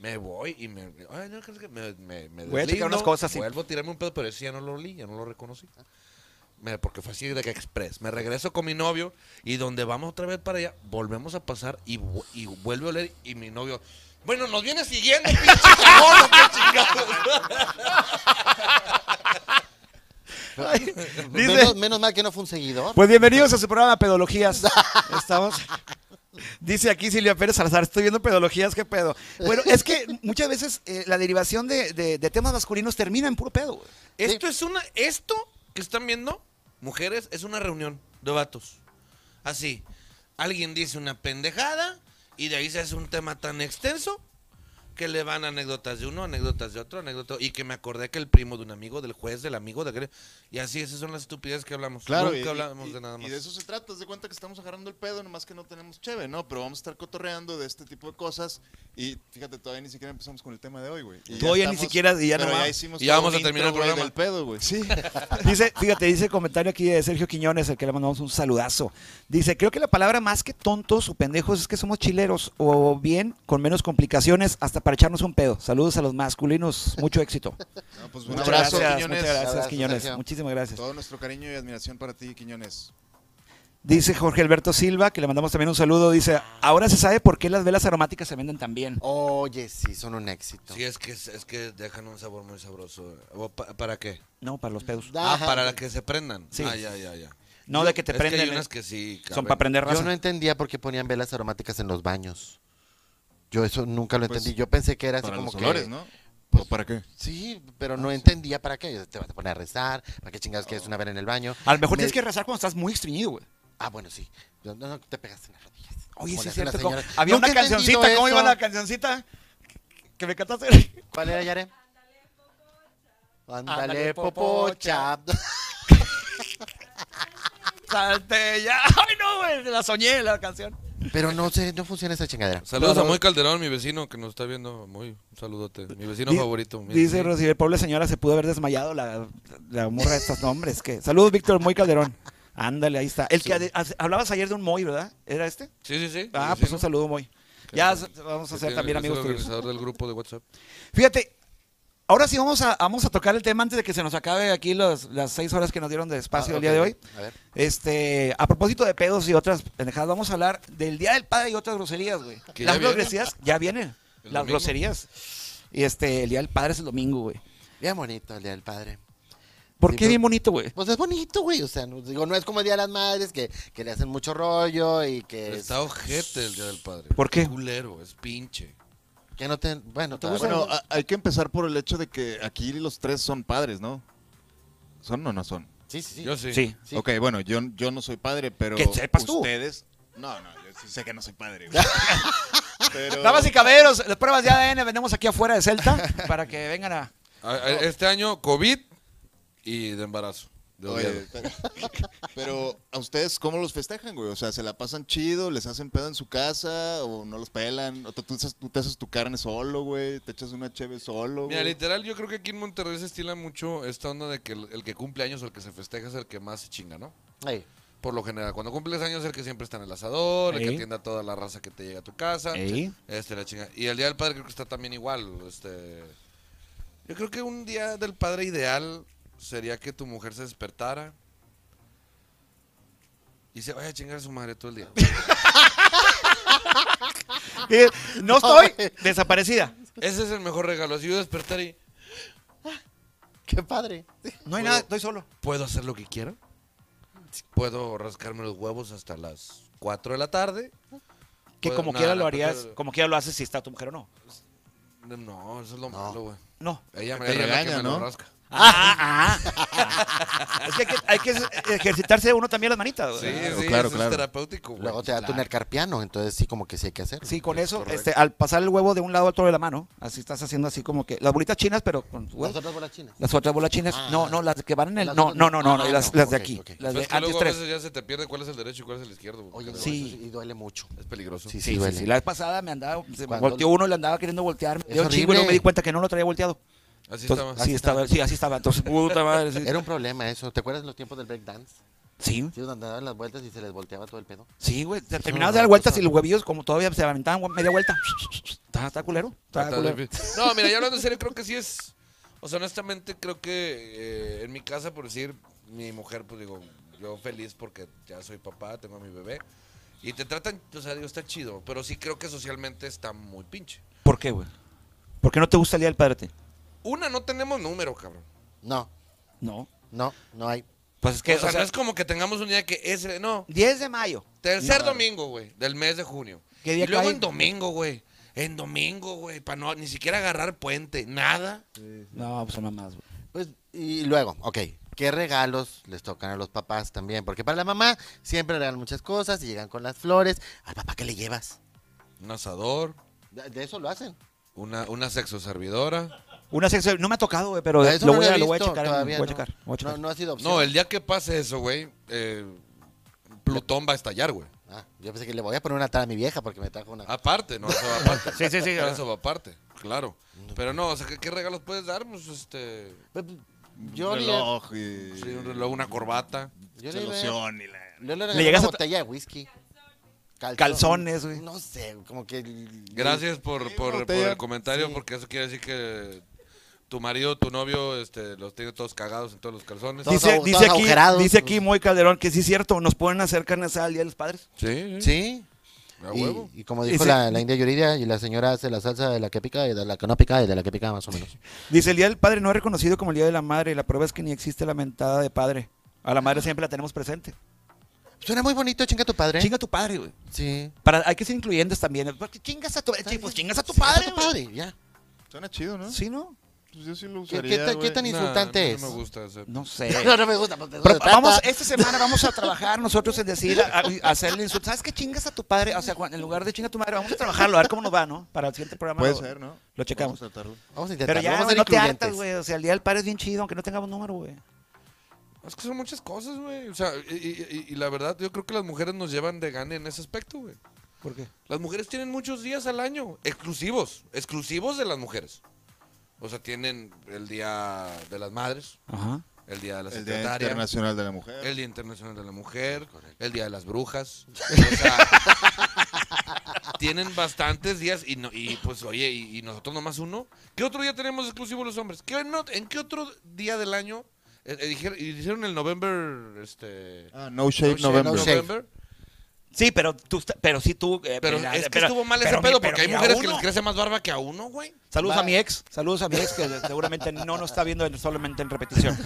Me voy y me. Ay, no, creo que me, me, me Voy a checar deslindo, unas cosas, sí. Vuelvo a tirarme un pedo, pero ese ya no lo olí, ya no lo reconocí. Me- porque fue así de que express. Me regreso con mi novio y donde vamos otra vez para allá, volvemos a pasar y, vu- y vuelve a oler y mi novio, bueno, nos viene siguiendo, pinche cabrón, ¿o qué chingados?" Dice- Menos, menos mal que no fue un seguidor. Pues bienvenidos a su programa Pedologías. Estamos. Dice aquí Silvia Pérez Salazar, estoy viendo pedologías, qué pedo. Bueno, es que muchas veces eh, la derivación de, de- de temas masculinos termina en puro pedo. güey. Esto es una, esto que están viendo, mujeres, es una reunión de vatos. Así, alguien dice una pendejada y de ahí se hace un tema tan extenso que le van anécdotas de uno, anécdotas de otro, anécdotas y que me acordé que el primo de un amigo, del juez, del amigo, de aquel- y así esas son las estupideces que hablamos. Claro, nunca y- hablamos y- de nada y más. eso se trata, haz de cuenta que estamos agarrando el pedo, nomás que no tenemos cheve, ¿no? Pero vamos a estar cotorreando de este tipo de cosas. Y fíjate, todavía ni siquiera empezamos con el tema de hoy, güey. Y ya Todavía ni estamos- siquiera- y ya pero nomás- ya hicimos Y ya todo vamos un a terminar el intro, güey, programa. del pedo, güey. Sí. Dice, fíjate, dice el comentario aquí de Sergio Quiñones, al que le mandamos un saludazo. Dice, creo que la palabra más que tontos o pendejos es que somos chileros, o bien con menos complicaciones, hasta para echarnos un pedo. Saludos a los masculinos, mucho éxito. No, pues un Muchas abrazo, gracias, Quiñones. Muchas gracias, Abrazo, Quiñones. Sergio. Muchísimas gracias. Todo nuestro cariño y admiración para ti, Quiñones. Dice Jorge Alberto Silva, que le mandamos también un saludo, dice, ahora se sabe por qué las velas aromáticas se venden tan bien. Oh. Oye, sí, son un éxito. Sí, es que, es que dejan un sabor muy sabroso. ¿O pa- ¿Para qué? No, para los pedos. Da- Ah, Ajá. para que se prendan. Sí. Ah, ya, ya, ya. No de que te Es prenden. hay eh. unas que sí. son caben. para prender raza. Yo no entendía por qué ponían velas aromáticas en los baños. Yo eso nunca lo Pues, entendí. Yo pensé que era así Para como los que... olores, ¿no? pues- ¿O para qué? Sí, pero Ah, no entendía para qué. Te vas a poner a rezar, para qué chingados quieres una vela en el baño. A lo mejor Me- tienes que rezar cuando estás muy estreñido, güey. Ah, bueno, sí. No, no, no, te pegaste en las rodillas. Oye, Como sí es le hacen las cierto. como- señoras. Había una Nunca he entendido cancioncita, ¿cómo iba eso. la cancioncita? Que me cantaste. ¿Cuál era, Yare? Ándale, Ándale, popocha. Salte ya. Ay, no, güey, la soñé la canción. Pero no sé, no funciona esa chingadera. Saludos No, a no. Moy Calderón, mi vecino que nos está viendo. Muy, un saludote. Mi vecino Di- favorito. mi- Dice sí. Rosibel, pobre señora, se pudo haber desmayado la, la morra de estos nombres. Que... Saludos, Víctor Moy Calderón. Ándale, ahí está. El que ade- ha- hablabas ayer de un Moy, ¿verdad? ¿Era este? Sí, sí, sí. Ah, mi pues vecino, un saludo, Moy. que Ya es- s- vamos a que hacer tiene- también es el amigos tuyos. organizador del grupo de WhatsApp. Fíjate, ahora sí vamos a, vamos a tocar el tema antes de que se nos acabe aquí los- las seis horas que nos dieron de espacio Ah, el día de ok. hoy. A ver. Este, a propósito de pedos y otras pendejadas, vamos a hablar del Día del Padre y otras groserías, güey. Que Las ya viene. groserías ya vienen, las El domingo. groserías. Y este, el Día del Padre es el domingo, güey. Bien bonito el Día del Padre. ¿Por Sí, qué pero- bien bonito, güey? Pues es bonito, güey. O sea, no, digo, no es como el Día de las Madres que, que le hacen mucho rollo y que, es- Está ojete el Día del Padre. ¿Por qué? Es culero, es pinche. que no te... Bueno, gusta? ah, bueno, Ah, Bueno, a- hay que empezar por el hecho de que aquí los tres son padres, ¿no? ¿Son o no son? sí, sí, sí. Yo sí. Sí. Sí. Ok, bueno, yo, yo no soy padre, pero. Que sepas tú. ustedes, No, no, yo sí sé que no soy padre, güey. pero. Damas y caballeros, las pruebas de ADN vendemos aquí afuera de Celta para que vengan a... A- a- Este año, COVID y de embarazo. de Oye, Oviedo. pero, pero, ¿a ustedes cómo los festejan, güey? O sea, ¿se la pasan chido? ¿Les hacen pedo en su casa? ¿O no los pelan? ¿O tú, tú haces- tú te haces tu carne solo, güey? ¿Te echas una cheve solo, Mira, güey? literal, yo creo que aquí en Monterrey se estila mucho esta onda de que el, el que cumple años o el que se festeja es el que más se chinga, ¿no? Ey, Por lo general, cuando cumples años es el que siempre está en el asador, el que Ey. atiende a toda la raza que te llega a tu casa. Ey. Este, la chinga. Y el Día del Padre creo que está también igual. Este, yo creo que un Día del Padre ideal sería que tu mujer se despertara y se vaya a chingar a su madre todo el día. Eh, No estoy desaparecida. Ese es el mejor regalo. Así yo despertar y qué padre. No hay Puedo- nada, estoy solo. puedo hacer lo que quiera. Puedo rascarme los huevos hasta las 4 de la tarde. Que Puedo- como no, quiera no, lo pero- harías, como quiera lo haces si está tu mujer o no. No, eso es lo No. malo, güey. No. Ella, me Te ella es la que regaña, me lo ¿no? rasca. Ah, ah. Es que hay, que hay que ejercitarse uno también las manitas. Sí, ¿verdad? sí, claro, eso claro. es terapéutico, güey. Luego te da tu nercarpiano, entonces sí, como que sí hay que hacer. Sí, con Es eso, correcto. este, al pasar el huevo de un lado al otro de la mano, así estás haciendo así como que las bolitas chinas, pero con tu huevo. Las otras bolas chinas. Las otras bolas chinas, Ah. no, no, las que van en el. Las No, otras no, no. no, no, Ah, no, las, no, las de ok, aquí. ok. Las Pero de es que luego a antiestrés. veces ya se te pierde cuál es el derecho y cuál es el izquierdo. güey. Oye, no, Sí. eso y duele mucho. Es peligroso. Sí, Sí, sí, duele. sí, La vez pasada me andaba, se me Cuando- volteó uno y le andaba queriendo voltear. Me Es dio un chingo y horrible. luego me di cuenta que no lo traía volteado. Así Entonces, estaba. así estaba, sí, así estaba. Entonces, puta madre. sí. Era un problema eso. ¿Te acuerdas los tiempos del breakdance? Sí, Sí, donde daban las vueltas y se les volteaba todo el pedo. sí, güey. Te- una Terminabas de dar vueltas cosa. y los huevillos, como todavía se aventaban güey, media vuelta. Está, está culero. Está Tratar de- culero. No, mira, yo hablando en serio, creo que sí es. O sea, honestamente, creo que eh, en mi casa, por decir, mi mujer, pues digo, yo feliz porque ya soy papá, tengo a mi bebé. Y te tratan, o sea, digo, está chido. Pero sí creo que socialmente está muy pinche. ¿Por qué, güey? ¿Por qué no te gusta el día del padre? Una, no tenemos número, cabrón. No, No. no, no hay. Pues es que, o sea, no es como que tengamos un día que es. No, 10 de mayo. Tercer No. domingo, güey, del mes de junio. ¿Qué día y luego cae? en domingo, güey. En domingo, güey, para no, ni siquiera agarrar puente, nada. No, pues nada más, güey. Pues, y luego, ok, ¿qué regalos les tocan a los papás también? Porque para la mamá siempre regalan muchas cosas y llegan con las flores. ¿Al papá qué le llevas? Un asador, De, de eso lo hacen. una, una sexo servidora. Una sexo. No me ha tocado, güey, pero A eso lo, no voy, he a, lo voy a visto checar. todavía, voy a no. checar. voy a No, checar. no ha sido opción. No, el día que pase eso, güey, eh, Plutón va a estallar, güey. Ah, yo pensé que le voy a poner una tara a mi vieja porque me trajo una. Aparte, no, eso va aparte. Sí, sí, sí. Eso va aparte, claro. Pero no, o sea, ¿qué, qué regalos puedes dar? Pues este. Pues, Yo un le, reloj y... sí, un reloj, una corbata. yo se le, loción y la... yo le Le regalé llegas una a to- botella de whisky. Calzón- Calzones, güey. No sé, como que. Gracias por, Sí, por- por botella. el comentario, Sí. porque eso quiere decir que tu marido, tu novio, este, los tiene todos cagados en todos los calzones. Todos Dice, agu- pues. dice todos aquí, agujerados. dice aquí Moy Calderón que sí es cierto, nos pueden hacer carne asada al Día de los Padres. Sí, Sí. A Y, huevo. y como dijo Ese- la, la India Yuridia, y la señora hace la salsa de la que pica y de la que no pica y de la que pica más o menos. Dice, el Día del Padre no es reconocido como el Día de la Madre, y la prueba es que ni existe la mentada de padre. A la Ah. madre siempre la tenemos presente. Suena muy bonito, chinga tu padre. Chinga a tu padre, güey. Sí. Para, hay que ser incluyentes también. Porque chingas a tu, eh, pues chingas a tu padre, Chinga tu güey. padre, ya. Suena chido, ¿no? ¿Sí, no? Pues yo sí lo ¿Qué, usaría, qué, tan- güey. qué tan Nah, insultante a mí es? No me gusta ese. No sé. No, no me gusta. pues, de eso Pero se trata. vamos, esta semana vamos a trabajar nosotros en decir, a, a- hacerle insultos. ¿Sabes qué chingas a tu padre? O sea, Juan, en lugar de chinga a tu madre, vamos a trabajarlo, a ver cómo nos va, ¿no? Para el siguiente programa. Puede lo- ser, ¿no? Lo checamos. Vamos a tratarlo. Vamos a intentar. Pero ya, vamos a güey, ser no te incluyentes. hartas, güey. O sea, el Día del Padre es bien chido, aunque no tengamos número, güey. Es que son muchas cosas, güey. O sea, y, y- y- y la verdad, yo creo que las mujeres nos llevan de gane en ese aspecto, güey. ¿Por qué? Las mujeres tienen muchos días al año, exclusivos, exclusivos de las mujeres. O sea, tienen el Día de las Madres, Ajá. el Día de la El Día Secretaria, Internacional de la Mujer. el Día Internacional de la Mujer, el Día de las Brujas. O sea, tienen bastantes días y, no, y pues, oye, y, y nosotros nomás uno. ¿Qué otro día tenemos exclusivo los hombres? ¿Qué no- ¿En qué otro día del año? eh, eh, dijer- hicieron el November, este... Ah, No Shape Shave November. No Shave. Sí, pero tú, está- pero sí tú. eh, Pero la- es que pero- estuvo mal pero ese mi- pedo pero porque hay mi a mujeres que uno. les crece más barba que a uno, güey. Saludos Va. a mi ex, saludos a mi ex, que seguramente no nos está viendo en- solamente en repetición.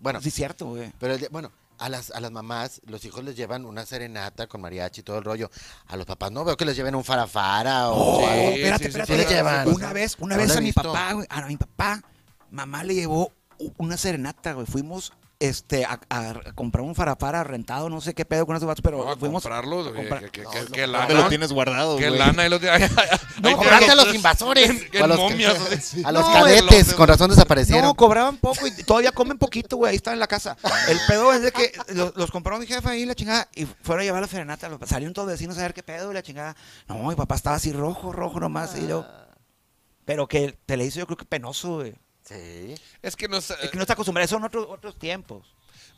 Bueno, Sí, es cierto, güey. pero el día- bueno, a las, a las mamás, los hijos les llevan una serenata con mariachi y todo el rollo. A los papás no veo que les lleven un farafara o. Oh, algo. sí, espérate, sí, espérate. sí, sí, llevan. Una vez, una No vez la he a mi visto. papá, güey, a mi papá, mamá le llevó u- una serenata, güey. Fuimos este, a, a comprar un farapara rentado, no sé qué pedo con esos vatos, pero No, a fuimos comprarlo. güey, comprar- que- que- No, que- no, que ¿Dónde lo lana. tienes guardado, Que güey? lana. ahí lo tiene- ahí- ahí- ahí Cobrarte tiene- a los invasores. que o a los, momias, que- así. a los No, cadetes, el- con razón desaparecieron. No, cobraban poco y todavía comen poquito, güey. Ahí están en la casa. El pedo es de que lo- los, compraron mi jefa ahí, la chingada, y fueron a llevar la serenata. Lo- Salieron todos los vecinos a ver qué pedo, y la chingada. No, mi papá estaba así rojo, rojo nomás. Y yo, pero que te le hizo, yo creo que penoso, güey. Sí. Es que no es- Es que no está acostumbrado, son otros, otros tiempos.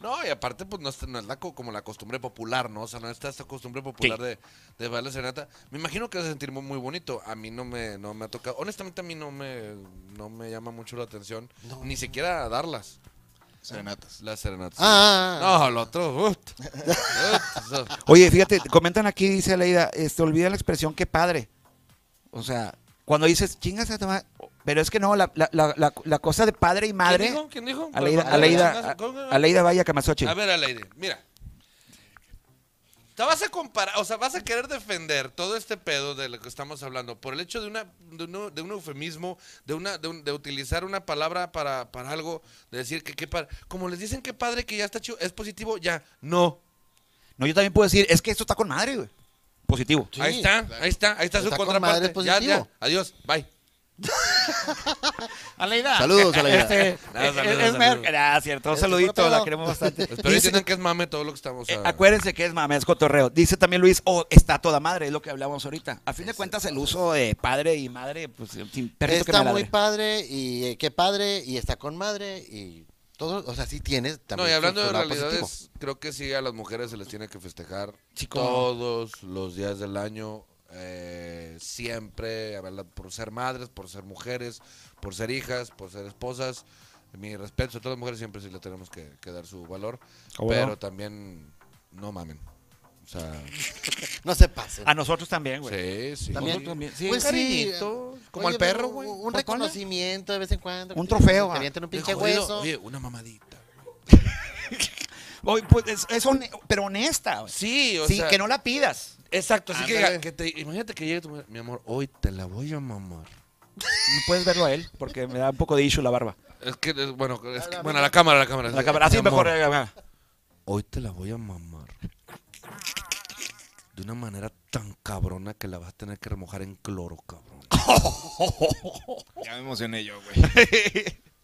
No, y aparte, pues no es, no es la, co- como la costumbre popular, ¿no? O sea, no está esta costumbre popular de, de bailar serenata. Me imagino que va a sentir muy, muy bonito. A mí no me, no me ha tocado. Honestamente, a mí no me, no me llama mucho la atención. Ni siquiera darlas, Serenatas. las serenatas. Ah. No, lo otro. ut. Ut, so- Oye, fíjate, comentan aquí, dice Leida, este, olvida la expresión que padre. O sea, cuando dices, chingas a tu ma-", Pero es que no, la, la, la, la- la cosa de padre y madre. ¿Quién dijo? ¿Quién dijo? Aleida, Bueno, Aleida, ¿cómo? a- Aleida Vaya Camasochi. A ver, Aleide, mira. Te vas a comparar, o sea, vas a querer defender todo este pedo de lo que estamos hablando por el hecho de, una, de, uno- de un eufemismo, de, una, de, un- de utilizar una palabra para, para algo, de decir que qué padre. Como les dicen que padre, que ya está chido, es positivo, ya, no. No, yo también puedo decir, es que esto está con madre, güey. Positivo. Sí, ahí está, claro. ahí está, ahí está, su Está con contraparte. madre, es ya, ya, positivo. adiós, bye. Aleida. Saludos, Aleida. Nada, saludos, saludos. Ah, cierto, un Este, saludito, puro la pedo. queremos bastante. Espero Dice- entiendan que es mame todo lo que estamos eh, hablando. acuérdense que es mame, es cotorreo. Dice también Luis, oh, está toda madre, es lo que hablábamos ahorita. A fin de cuentas, el uso de padre y madre, pues, sin perrito que Está me muy ladre. padre y eh, qué padre y está con madre y todo, o sea, sí tienes No, también. y su- hablando su de lado realidades, positivo. creo que sí a las mujeres se les tiene que festejar Sí, cómo no. todos los días del año, eh, siempre, a ver, por ser madres, por ser mujeres, por ser hijas, por ser esposas. Mi respeto a todas las mujeres siempre sí le tenemos que, que dar su valor, ¿Cómo pero no? también no mamen. O sea, No se pasen. A nosotros también, güey. sí, sí. También, Sí. Ah, también. Sí, Pues un sí, cariñito, como Oye, al perro, pero güey. Un Pues, ponle. reconocimiento de vez en cuando. Un que trofeo, te ah. avienten un Qué pinche jodido. hueso. Oye, una mamadita. Oye, pues, es, es hone- pero honesta, güey. Sí, o Sí, sea. que no la pidas. Exacto, así que, Ándale. que te- imagínate que llegue tu mujer, mi amor, hoy te la voy a mamar. No puedes verlo a él, porque me da un poco de issue la barba. Es que, es- bueno, es que- bueno, la cámara, la cámara. La cámara, así Mi mejor. amor, eh, ajá. Hoy te la voy a mamar. De una manera tan cabrona que la vas a tener que remojar en cloro, cabrón. Ya me emocioné yo, güey.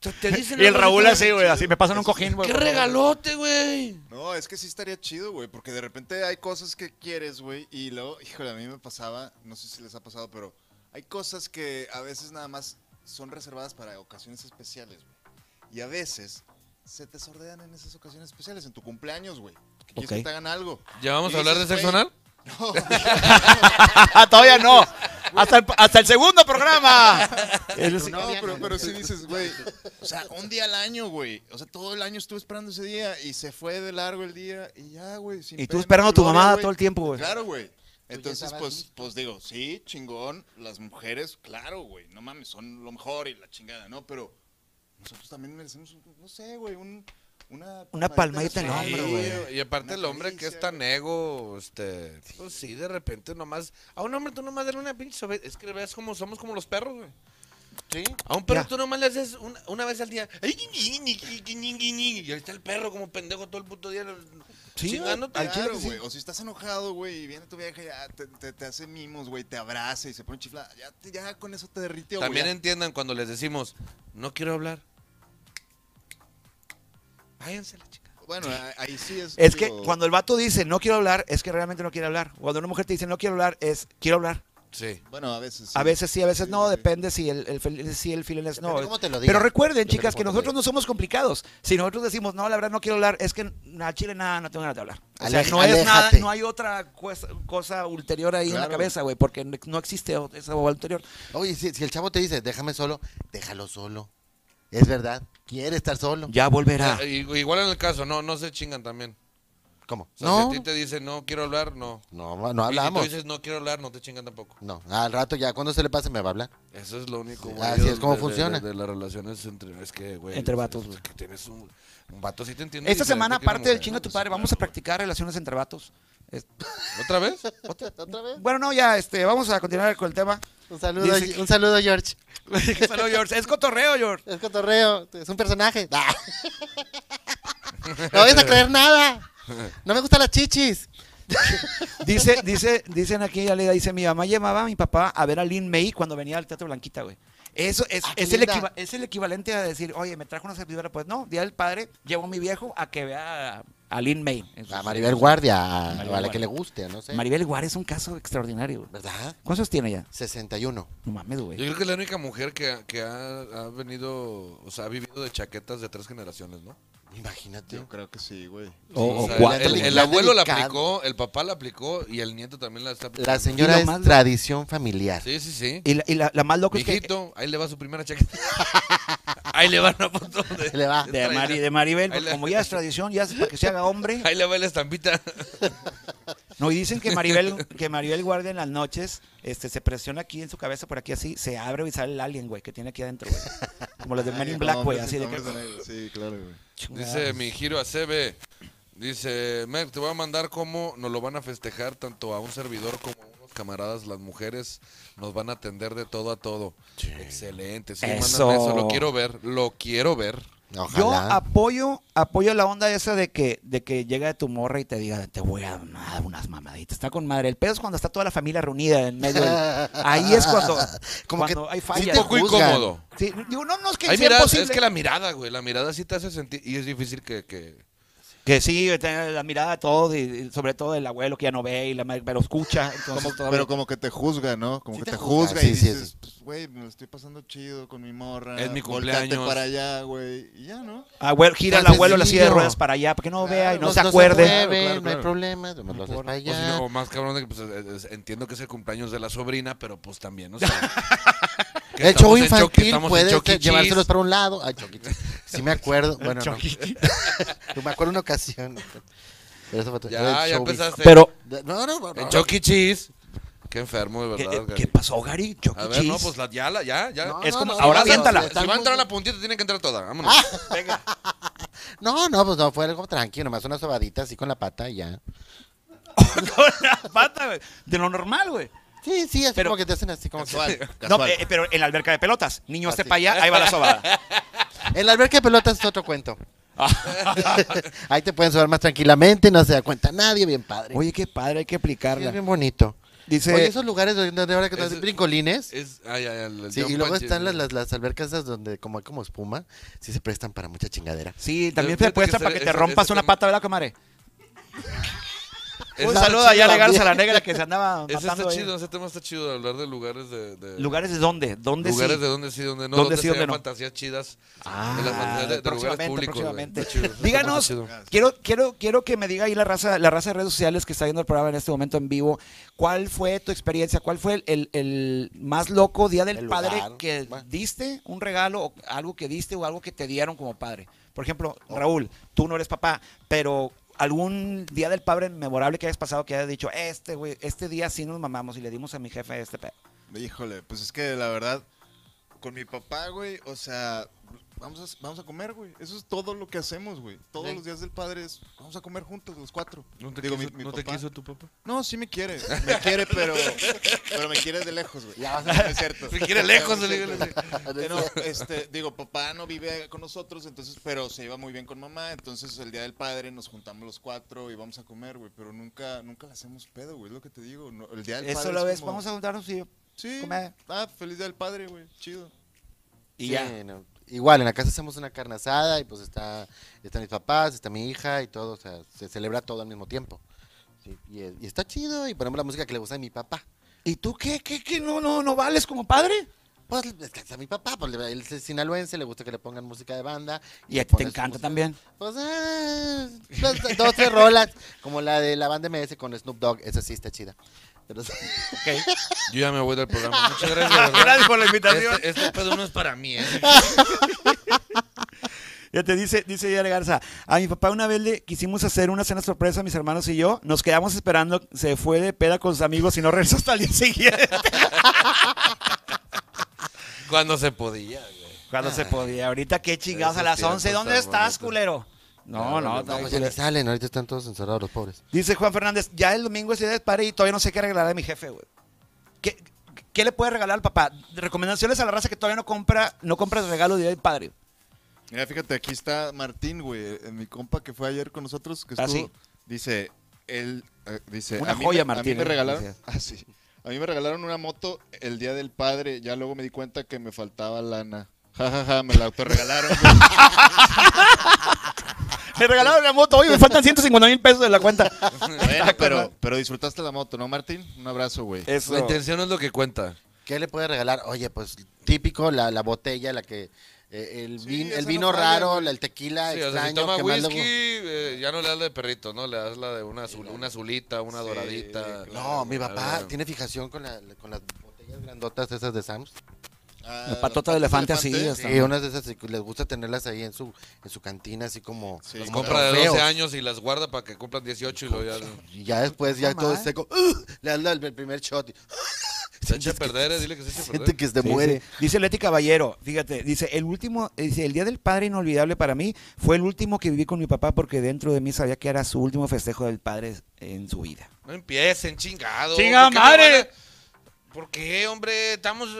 Te, te dicen Y el algo Raúl así, así, güey, así me pasan un cojín, güey. ¡Qué regalote, güey! No, es que sí estaría chido, güey, porque de repente hay cosas que quieres, güey, y luego, híjole, a mí me pasaba, no sé si les ha pasado, pero hay cosas que a veces nada más son reservadas para ocasiones especiales, güey. Y a veces se te sordean en esas ocasiones especiales, en tu cumpleaños, güey. Que quieres Ok. que te hagan algo. ¿Ya vamos Y a hablar de dices, sexo güey, anal? Ah, todavía no. Hasta el, hasta el segundo programa. No, novia, pero, ¿no? pero sí dices, güey. O sea, un día al año, güey. O sea, todo el año estuve esperando ese día y se fue de largo el día y ya, güey. sin Y tú pena ni esperando a tu gloria, mamada güey. todo el tiempo, güey. Claro, güey. ya Entonces, estabas pues, listo. pues digo, sí, chingón. Las mujeres, claro, güey. No mames, son lo mejor y la chingada, ¿no? Pero nosotros también merecemos, un- no sé, güey, un, una... Una palmadita en el suave, hombro, güey. Y aparte Una el hombre que es caricia, tan güey. ego, este... Pues sí, de repente nomás... A un hombre tú nomás dale una pinche... sobe- Es que veas como somos como los perros, güey. Sí. A un perro Ya. tú nomás le haces una, una vez al día. Y ahí está el perro como pendejo todo el puto día. Sí, chingándote. al chile Claro, que sí. güey. O si estás enojado, güey, y viene tu vieja y ya te, te- te hace mimos, güey, te abraza y se pone chiflada. Ya, te- ya con eso te derritió, güey. También Ya- entiendan cuando les decimos, no quiero hablar. Váyanse la chica. Bueno, a- ahí sí es. Es que digo, cuando el vato dice no quiero hablar, es que realmente no quiere hablar. Cuando una mujer te dice no quiero hablar, es quiero hablar. Sí. Bueno, a veces. A veces sí, a veces Sí, no, sí. depende si el, el, fel- si el feeling es no. Depende cómo te lo digan. Pero recuerden, Depende chicas, que cómo te lo nosotros digan. no somos complicados. Si nosotros decimos, no, la verdad no quiero hablar, es que al chile nada, no tengo ganas de hablar. O sea, Alej- no es nada, aléjate. no hay otra cues- cosa ulterior ahí en la Claro. cabeza, güey, porque no no existe o- esa boba ulterior. Oye, si, si el chavo te dice, déjame solo, déjalo solo. Es verdad. Quiere estar solo. Ya volverá. Eh, i- Igual en el caso, no, no se chingan también. ¿Cómo? O sea, No. si a ti te dicen, no quiero hablar, no. No, no Y hablamos. si tú dices, no quiero hablar, no te chingan tampoco. No, al rato ya, cuando se le pase me va a hablar. Eso es lo único. Sí, güey, así es de- como de- de- funciona. De, las relaciones entre. Es que, güey. Entre es- vatos, es güey. que tienes un, un vato, sí te entiende. Esta diferente semana, que una aparte del mujer, chinga ¿no? pues, Pues, tu padre, vamos a practicar relaciones entre vatos. Es- ¿Otra vez? ¿Otra vez? Bueno, no, ya, este, vamos a continuar con el tema. Un saludo, Dice que- un saludo George. Saludos, George. Es cotorreo, George. Es cotorreo, es un personaje. Ah. No vayas a creer nada. No me gustan las chichis. Dice, dice, dicen aquí, ya le dice, mi mamá llevaba a mi papá a ver a Lin May cuando venía al Teatro Blanquita, güey. Eso es, Ah, qué es, el linda. equiva- es el equivalente a decir, oye, me trajo una servidora. Pues no, Día del Padre, llevo a mi viejo a que vea a, a Lin May. en sus- A Maribel Guardia, a, Maribel a la que Guardia. le guste, no sé. Maribel Guardia es un caso extraordinario, güey. ¿Verdad? ¿Cuántos tiene ya? 61. No mames, Yo güey. creo que es la única mujer que, que ha, ha venido, o sea, ha vivido de chaquetas de tres generaciones, ¿no? Imagínate. Yo creo que sí, güey. O, O o sea, cuatro, el, güey. el la- abuelo la delicado. aplicó, el papá la aplicó y el nieto también la está aplicando. La señora lo es más lo- tradición familiar. Sí, sí, sí. Y, la, y la- la más loca es que... Mijito, ahí le va su primera chaqueta. ahí le va una foto de, Le va. De, Mari- de Maribel, pues, Ahí la- como ya es tradición, ya es para que se haga hombre. Ahí le va la estampita. No, y dicen que Maribel, que Maribel guarda en las noches, este, se presiona aquí en su cabeza por aquí así, se abre y sale el alien, güey, que tiene aquí adentro, güey. Como los de Men in Black, güey, así de que... Sí, claro, güey. Dice mi giro a CB. Dice, Merck, te voy a mandar cómo nos lo van a festejar tanto a un servidor como a unos camaradas. Las mujeres nos van a atender de todo a todo. Excelente. Sí, Eso. mándame eso. Lo quiero ver. Lo quiero ver. Yo Ojalá. apoyo, apoyo la onda esa de que, de que llega tu morra y te diga, te voy a dar unas mamaditas. Está con madre. El pedo es cuando está toda la familia reunida en medio. del- Ahí es cuando, Como cuando hay sí Un fallas. te poco juzgan. incómodo. Sí, digo, no, no es que Hay sea miradas, imposible. es que la mirada, güey. La mirada sí te hace sentir. Y es difícil que. que... Que sí, tener la mirada de todos, y, y sobre todo del abuelo que ya no ve y la madre, pero escucha. Entonces, todavía- Pero como que te juzga, ¿no? Como Sí que te te juzga, juzga y sí, sí, dices, sí. pues, güey, me lo estoy pasando chido con mi morra. Es mi volteate cumpleaños. para allá, güey. Y ya, ¿no? Abuelo, gira el Tan abuelo la silla de sencillo. ruedas para allá, para que no Claro, vea y no, Los- se acuerde. Claro, mueven, claro, no hay claro. problema. los No los importa. para O si allá. no, más cabrón, de que, pues, es- es- entiendo que es el cumpleaños de la sobrina, pero pues también, o sea, que El estamos show en Chucky- infantil estamos en puede Chucky ser- Cheese. llevárselos para un lado. Ay, Chucky. Sí me acuerdo. Bueno, no. Yo Pues me acuerdo una ocasión. Pero eso fue Ya, el ya showbiz. empezaste. Pero, De- No, no, no. En no. Chucky Cheese. Qué enfermo, de ¿qué, eh, verdad. Gary. qué pasó, Gary? Chucky A ver, no, Cheese. pues la, ya, la, ya, ya. No, Si es como- no, ahora va a no, aviéntala. no, entrar- Si va a entrar una puntita, tiene que entrar toda. Vámonos. Ah. No, no, pues no, fue algo tranquilo, nomás una sobadita así con la pata y ya. Con la pata, güey. De lo normal, güey. Sí, sí, es Pero- como que te hacen así como que... No, eh, pero en la alberca de pelotas. Niño, esté Así. para allá, ahí va la sobada. El alberca de pelotas es otro cuento. Ahí te pueden sobar más tranquilamente, no se da cuenta nadie, bien padre. Oye, qué padre, hay que Sí, es aplicarla. bien bonito. Dice, Oye, esos lugares donde donde ahora que Eso- están brincolines. Es, ay, ay, el- el Sí, y John luego Punch- están las, las, las albercas esas donde como hay como espuma, sí se prestan para mucha chingadera. sí, también Fíjate te que puesta para ese- que te ese- rompas ese una tema- pata, ¿verdad, comadre? Ese Un está saludo chido. allá a la también. Garza la Negra que se andaba Ese matando. está ahí. chido, ese tema está chido, de hablar de lugares de... de- ¿Lugares de dónde? ¿Dónde lugares sí? de donde sí, donde no, ¿Dónde donde sí, se dónde dan no? fantasías chidas. Ah, de las fantasías de, de lugares próximamente, públicos. güey. próximamente. Está chido, está Díganos, chido. quiero, quiero, quiero que me diga ahí la raza, la raza de redes sociales que está viendo el programa en este momento en vivo, ¿cuál fue tu experiencia? ¿Cuál fue el, el- el más loco día del El lugar. padre que Bueno. diste un regalo o algo que diste o algo que te dieron como padre? Por ejemplo, Raúl, tú no eres papá, pero algún día del padre memorable que hayas pasado que hayas dicho, este güey, este día sí nos mamamos y le dimos a mi jefe este pedo. Híjole, pues es que la verdad, con mi papá, güey, o sea, vamos a, vamos a comer, güey. Eso es todo lo que hacemos, güey. Todos Sí. los días del padre es, vamos a comer juntos, los cuatro. ¿No te, Digo, quiso, mi- mi no te papá. quiso tu papá? No, sí me quiere. Me quiere, pero, pero me quiere de lejos, güey. Ya, es cierto. Me quiere lejos, No, no es le digo, cierto. Eh, no, este, digo, papá no vive con nosotros, entonces, pero se iba muy bien con mamá, entonces el día del padre nos juntamos los cuatro y vamos a comer, güey, pero nunca, nunca le hacemos pedo, güey, es lo que te digo. no, el día del Eso padre lo es ves, como, vamos a juntarnos y Sí. comer. Ah, feliz día del padre, güey, chido. y Sí, ya. no. Igual, en la casa hacemos una carne asada y pues está, están mis papás, está mi hija y todo, o sea, se celebra todo al mismo tiempo. Sí, y, es- y está chido y ponemos la música que le gusta a mi papá. ¿Y tú qué, qué, qué? ¿No, no, no vales como padre? Pues es que a mi papá, pues le- él es sinaloense, le gusta que le pongan música de banda. Y a le ti te pones encanta música- también. Pues ah, dos, dos, tres rolas, como la de la banda MS con Snoop Dogg, esa sí está chida. Pero sí. Yo ya me voy del programa. Muchas gracias. de verdad. Gracias por la invitación. Este, este pedo no es para mí, ¿eh? Ya te dice, dice Yare Garza, a mi papá una vez le quisimos hacer una cena sorpresa, mis hermanos y yo, nos quedamos esperando, se fue de peda con sus amigos y no regresó hasta el día siguiente. Cuando se podía, güey. Cuando se podía, ahorita qué chingados, a Esos las tiempos 11, ¿dónde tan estás, bonitos. culero? No, no, no, No, pues ya ni culero. salen, ahorita están todos encerrados los pobres. Dice Juan Fernández, ya el domingo es día del padre y todavía no sé qué regalar a mi jefe, güey. ¿Qué, qué le puede regalar al papá? Recomendaciones a la raza que todavía no compra, no compra el regalo de día del padre. Mira, fíjate, aquí está Martín, güey, eh, mi compa que fue ayer con nosotros, que Ah, estuvo, sí. dice, él, eh, dice, Una a mí joya, me- a mí Martín, me eh, regalaron, decía. ah, sí, a mí me regalaron una moto el día del padre, ya luego me di cuenta que me faltaba lana. Ja, ja, ja, me la autorregalaron. güey. Me regalaron la moto, oye, me faltan 150 mil pesos de la cuenta. Bueno, pero, pero disfrutaste la moto, ¿no, Martín? Un abrazo, güey. Eso. La intención es lo que cuenta. ¿Qué le puede regalar? Oye, pues típico, la, la botella, la que. eh, el, Sí, vin- el esa no vino falla, raro, güey. la- el tequila Sí, o sea, Ah, extraño. si toma que más le whisky, eh, ya no le das la de perrito, ¿no? Le das la de una, azul- una azulita, una Sí, doradita. claro. gu- No, mi papá Claro. tiene fijación con, la- con las botellas grandotas esas de Sam's. Ah, La patota de elefante así, elefante. hasta- Sí, unas de esas, sí, les gusta tenerlas ahí en su, en su cantina, así como. Sí, como Compra de trofeos. 12 años y las guarda para que cumplan 18 y lo ya... Y ya después, ya No todo más. seco. ¡Ugh! le das la- el primer shot. y Se echa a perder, eh, dile que se echa a siente perder. que se Sí, muere. sí. Dice Leti Caballero, fíjate, dice, el último, dice, el Día del Padre inolvidable para mí fue el último que viví con mi papá porque dentro de mí sabía que era su último festejo del padre en su vida. No empiecen, chingado. ¡Chinga ¿Por qué me madre! van a- ¿Por qué, hombre? Estamos...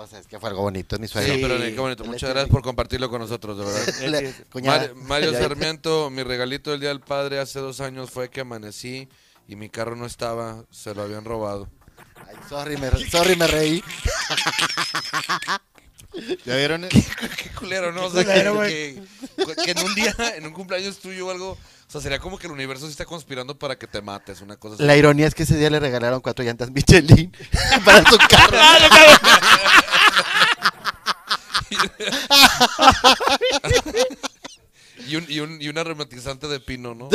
O sea, es que fue algo bonito, es mi Sí, sueño. pero qué bonito. Muchas gracias por compartirlo con nosotros, de verdad. Mar- Mario Sarmiento, mi regalito del Día del Padre hace dos años fue que amanecí y mi carro no estaba, se lo habían robado. Ay, sorry, me, re- sorry, me reí. ¿Ya vieron? eh? Qué culero, ¿no? O sea, culero, que, que- que en un día, en un cumpleaños tuyo o algo, o sea, sería como que el universo sí está conspirando para que te mates, una cosa así. La ironía es que ese día le regalaron cuatro llantas Michelin para su carro. Y un, y un, y un aromatizante de pino, ¿no?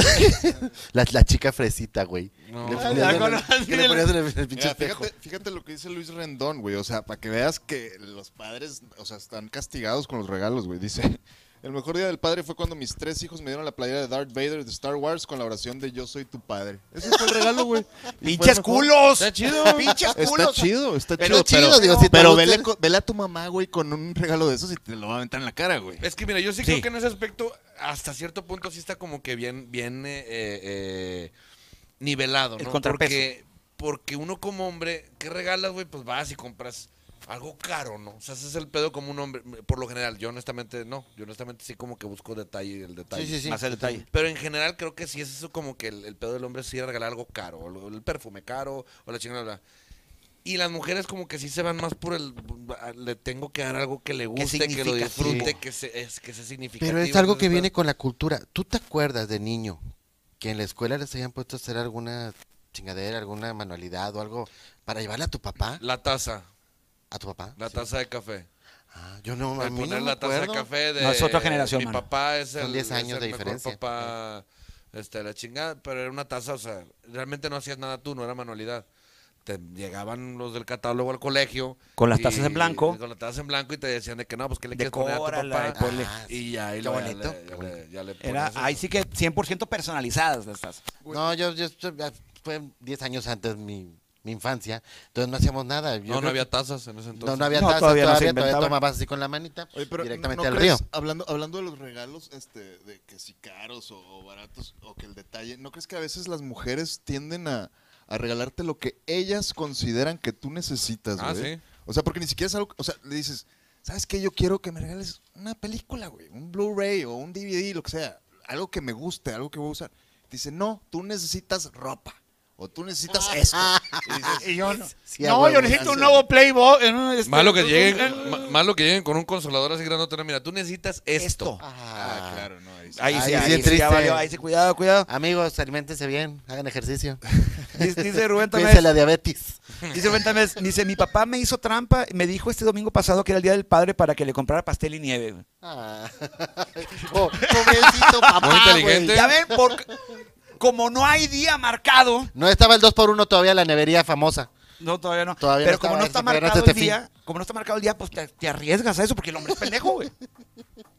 La, la chica fresita, güey. No. Le Ah, ponías la en el- conocí, que le la- ponías en el- en el pinche Mira, espejo. fíjate, fíjate lo que dice Luis Rendón, güey. O sea, para que veas que los padres, o sea, están castigados con los regalos, güey. Dice, el mejor día del padre fue cuando mis tres hijos me dieron la playera de Darth Vader de Star Wars con la oración de yo soy tu padre. Ese fue el regalo, güey. ¡Pinches Fue el mejor. culos! Está chido. ¡Pinches Está culos! chido, está Pero chido. chido, pero digo, si te pero gusta- vele, co- vele a tu mamá, güey, con un regalo de esos y te lo va a aventar en la cara, güey. Es que mira, yo sí, Sí. creo que en ese aspecto, hasta cierto punto sí está como que bien, bien eh, eh, eh, nivelado, El ¿no? contrapeso. Porque, porque uno como hombre, ¿qué regalas, güey? Pues vas y compras algo caro, ¿no? O sea, ese es el pedo como un hombre, por lo general. Yo honestamente no, yo honestamente sí como que busco detalle, el detalle. Sí, sí, sí. Más el detalle. Pero en general creo que sí es eso como que el, el pedo del hombre sí era regalar algo caro, o lo- el perfume caro o la chingada. bla. Y las mujeres como que sí se van más por el le tengo que dar algo que le guste, que lo significativo. disfrute, que se es que sea significativo. Pero es algo entonces, que viene pero- con la cultura. ¿Tú te acuerdas de niño que en la escuela les habían puesto a hacer alguna chingadera, alguna manualidad o algo para llevarle a tu papá? la taza, ¿A tu papá? la Sí. taza de café. Ah, yo no, a El mí no poner me la taza de acuerdo. café de No, es otra generación, mi mano. papá es el Son 10 es años el de mejor diferencia. papá este la chingada, pero era una taza, o sea, realmente no hacías nada tú, no era manualidad. Te llegaban los del catálogo al colegio Con las tazas en blanco. con las tazas en blanco y te decían de que no, pues que le quieres poner a tu Decórala papá. y ponle- Ah, y ya ahí qué lo- ya bonito, le- qué ya le- ya le Era, pones eso. ahí sí que 100% personalizadas las tazas. No, yo, yo estoy- ah, fue 10 años antes mi, mi infancia, entonces no hacíamos nada. Yo No, no creo había tazas en ese que- entonces. no, no había No, taza, todavía todavía, no se todavía inventaba. tomabas así con la manita Oye, pero directamente ¿no al río. crees- Hablando, hablando de los regalos, este, de que si caros o, o baratos, o que el detalle, ¿no crees que a veces las mujeres tienden a, a regalarte lo que ellas consideran que tú necesitas, Ah, güey? sí. O sea, porque ni siquiera es algo, o sea, le dices, ¿sabes qué? Yo quiero que me regales una película, güey, un Blu-ray o un DVD, lo que sea, algo que me guste, algo que voy a usar. Te dice, no, tú necesitas ropa. O tú necesitas esto. Y dices, Y yo no. Sí, a huevo. Ah, Playboy. en un, este, Malo que un- lleguen, un- ma- malo que lleguen con un consolador así grandote. no, Mira, tú necesitas esto. Esto. Ah, ah, claro, no. ahí sí. Ahí sí, Ahí ahí sí es sí, ya triste. valió, ahí sí, cuidado, cuidado. Amigos, alimentense bien, hagan ejercicio. Dice- Dice Rubén Cuídense también. la diabetes. Dice Rubén Tamés, dice, mi papá me hizo trampa, me dijo este domingo pasado que era el Día del Padre para que le comprara pastel y nieve. Ah. Po- pobrecito papá, Muy inteligente. güey. Ya ven, por- como no hay día marcado, No estaba el 2x1 todavía en la nevería famosa. no, todavía no, Todavía no pero estaba como no ese, está todavía no marcado está el este día, como no está marcado el día, pues te, te arriesgas a eso porque el hombre es pendejo, güey.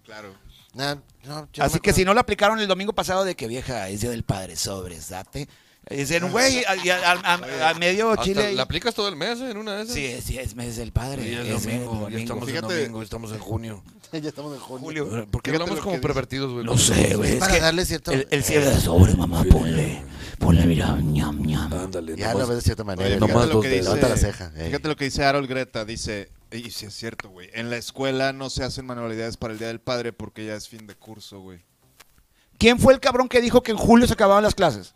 Claro. No, no, yo Así me que acuerdo. si no lo aplicaron el domingo pasado de que vieja, es Día del Padre, sobres, date. Ah, Dicen, güey, a, y a- a- a- a medio Hasta Chile. la aplicas todo el mes eh, en una de esas. Sí, es, sí, es mes del Padre. Y es es domingo, Pues ya domingo. estamos en Fíjate. domingo, estamos en junio. ya estamos en junio. Julio. ¿Por qué Fíjate hablamos lo como que pervertidos, güey? No sé, güey. Es es para que darle cierto- El, el cierre de sobres, mamá, ponle. Ponle, mira, ñam, ñam. Ándale, Ya nomás. lo ves Eh, de cierta manera. Oye, ya. nomás fíjate, lo dos que dedos. Levanta la ceja. eh. dice, fíjate lo que dice Harold Greta, dice, Y sí es cierto, güey. En la escuela no se hacen manualidades para el Día del Padre porque ya es fin de curso, güey. ¿Quién fue el cabrón que dijo que en julio se acababan las clases?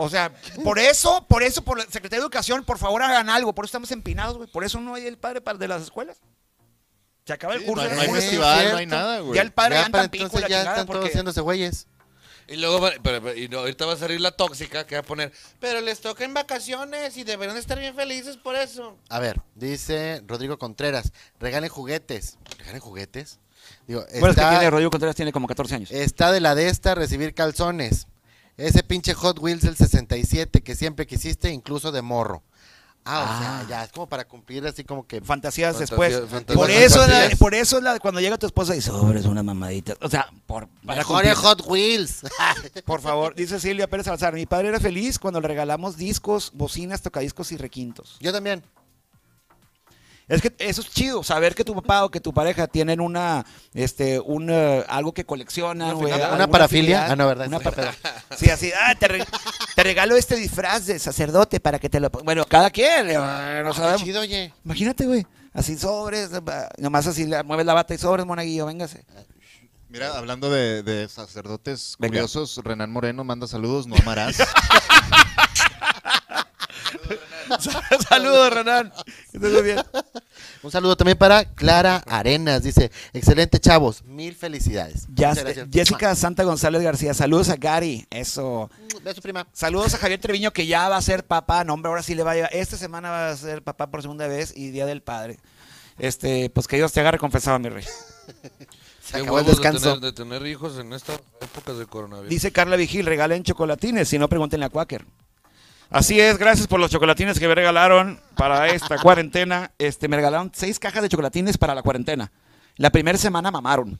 O sea, por eso, por eso, por la Secretaría de Educación, por favor hagan algo. Por eso estamos empinados, güey. Por eso no hay el padre para- de las escuelas. Se acaba el Sí, curso. no hay- en no hay julio. festival, no hay cierto. nada, güey. Ya el padre Ya, anda para en pico y entonces la ya chingada están todos porque- haciéndose güeyes. Y luego va- pero- pero- y no, ahorita va a salir la tóxica que va a poner, pero les toca en vacaciones y deberían estar bien felices por eso. A ver, dice Rodrigo Contreras, regalen juguetes. ¿Regalen juguetes? Digo, Bueno, es que está- tiene Rodrigo Contreras, tiene como 14 años. Está de la de esta recibir calzones. Ese pinche Hot Wheels del 67 que siempre quisiste, incluso de morro. Ah, Ah. o sea, ya es como para cumplir así como que. fantasías Fantasía- después. fantasías. por, eso es la- Fantasías. por eso es la- cuando llega tu esposa y "Oh, sobres unas mamaditas. O sea, por, para Mejor cumplir. el Hot Wheels. Por favor, dice Silvia Pérez Salazar. Mi padre era feliz cuando le regalamos discos, bocinas, tocadiscos y requintos. Yo también. Es que eso es chido, saber que tu papá o que tu pareja tienen una, este, un, eh, algo que coleccionan. güey, una alguna parafilia. actividad. Ah, no, ¿verdad? Una Sí. para- sí, así, ah, te, re- te regalo este disfraz de sacerdote para que te lo... pon-". Bueno, cada quien, eh, no Ah, sabemos. chido, oye. Imagínate, güey, así sobres, eh, nomás así la- mueves la bata y sobres, monaguillo, véngase. Mira, hablando de, de sacerdotes Venga. curiosos, Renan Moreno manda saludos, no amarás. Saludos, Renan. Que estés muy bien. Un saludo también para Clara Arenas. Dice, excelente chavos, mil felicidades. Ya- Muchas gracias. Jessica Santa González García, saludos a Gary, eso. Mua. Beso, prima. Saludos a Javier Treviño que ya va a ser papá, no hombre, ahora sí le va a llegar. Esta semana va a ser papá por segunda vez y Día del Padre. Este, pues que Dios te agarre confesado, mi rey. Se Qué acabó huevos el de descanso. tener- De tener, hijos en estas épocas de coronavirus. Dice Carla Vigil, regalen chocolatines, si no pregúntenle a Quaker. Así es, gracias por los chocolatines que me regalaron para esta cuarentena. Este, me regalaron seis cajas de chocolatines para la cuarentena. La primera semana mamaron.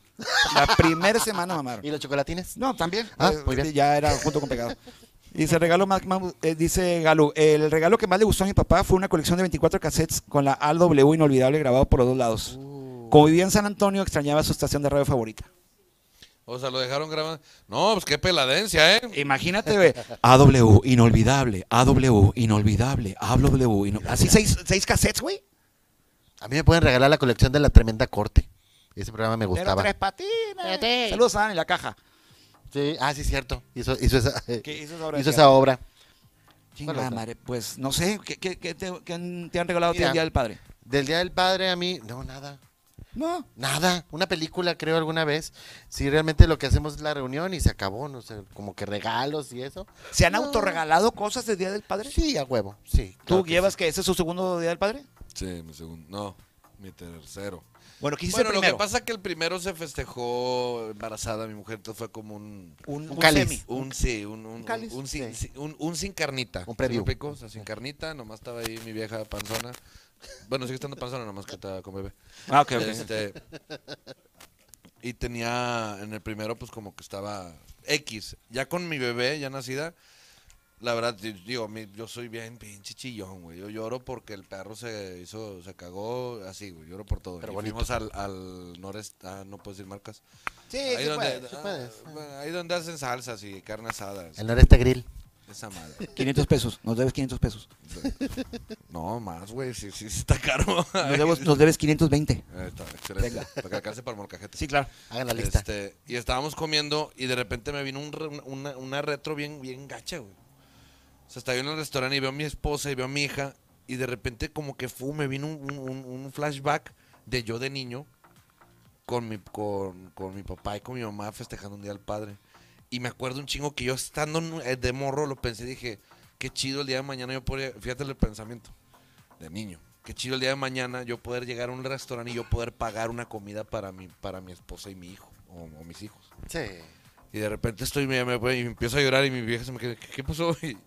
La primera semana mamaron. ¿Y los chocolatines? No, también. Ah, Eh, muy bien. Ya era junto con pegado. Dice, regalo más, más- eh, dice Galo, el regalo que más le gustó a mi papá fue una colección de 24 cassettes con la ALW inolvidable grabado por los dos lados. Uh. Como vivía en San Antonio, extrañaba su estación de radio favorita. O sea, lo dejaron grabando. No, pues qué peladencia, ¿eh? Imagínate, güey. AW, inolvidable, AW, inolvidable, AW, inolvidable. Así seis, seis cassettes, güey. A mí me pueden regalar la colección de la tremenda corte. Ese programa me Pero gustaba. tres patines. Saludos a Dan en la caja. Sí, ah, sí, cierto. Hizo, hizo esa, ¿Qué hizo esa obra hizo de esa obra. Chingada otra? madre, pues no sé, ¿qué, qué- qué te, qué han- te han regalado a ti Mira. el Día del Padre? Del Día del Padre a mí, no, nada. No. Nada, una película creo alguna vez. Si realmente lo que hacemos es la reunión y se acabó, no sé, como que regalos y eso. ¿Se han No. autorregalado cosas del Día del Padre? Sí, a huevo, sí. ¿Tú claro que llevas que ese es su segundo día del padre? Sí, mi segundo. No, mi tercero. Bueno, ¿qué hiciste Bueno, lo primero? que pasa es que el primero se festejó embarazada mi mujer, entonces fue como un. un, un un cáliz. semi. Un sí, un, un, cáliz? un sin, Sí. sin- un- un sin carnita. Un preview. ¿Sí me explico? O sea, sin carnita, nomás estaba ahí mi vieja panzona. Bueno, sigue estando panzona, nomás que estaba con bebé. Ah, ok, Este, y tenía en el primero, pues como que estaba X. Ya con mi bebé, ya nacida, la verdad, di- digo, mi- yo soy bien pinche chillón, güey. Yo lloro porque el perro se hizo, se cagó, así, güey. Lloro por todo. Pero y bonito. fuimos al, al noreste, ah, no puedes decir marcas. Sí, ahí, sí donde, puede. sí ah, puedes. bueno, ahí donde hacen salsas y carne asada. sí. El noreste grill. Esa madre. 500 pesos, nos debes 500 pesos. No, más, güey, sí, sí, sí está caro. Nos debes, nos debes 520. Ahí está, excelente. Venga. Para que alcance para el molcajete. claro. Hagan la lista. Este, y estábamos comiendo y de repente me vino un re- una, una retro bien, bien gacha, güey. O sea, estaba yo en el restaurante y veo a mi esposa y veo a mi hija y de repente como que fu, me vino un, un- un flashback de yo de niño con mi, con, con mi papá y con mi mamá festejando un día al padre. Y me acuerdo un chingo que yo estando en- eh, de morro lo pensé, dije, qué chido el día de mañana yo podría, fíjate el pensamiento de niño. Qué chido el día de mañana yo poder llegar a un restaurante y yo poder pagar una comida para mi, para mi esposa y mi hijo, o, o mis hijos. Sí. Y de repente estoy, me, me- me- y empiezo a llorar y mi vieja se me queda, ¿qué, qué pasó? Y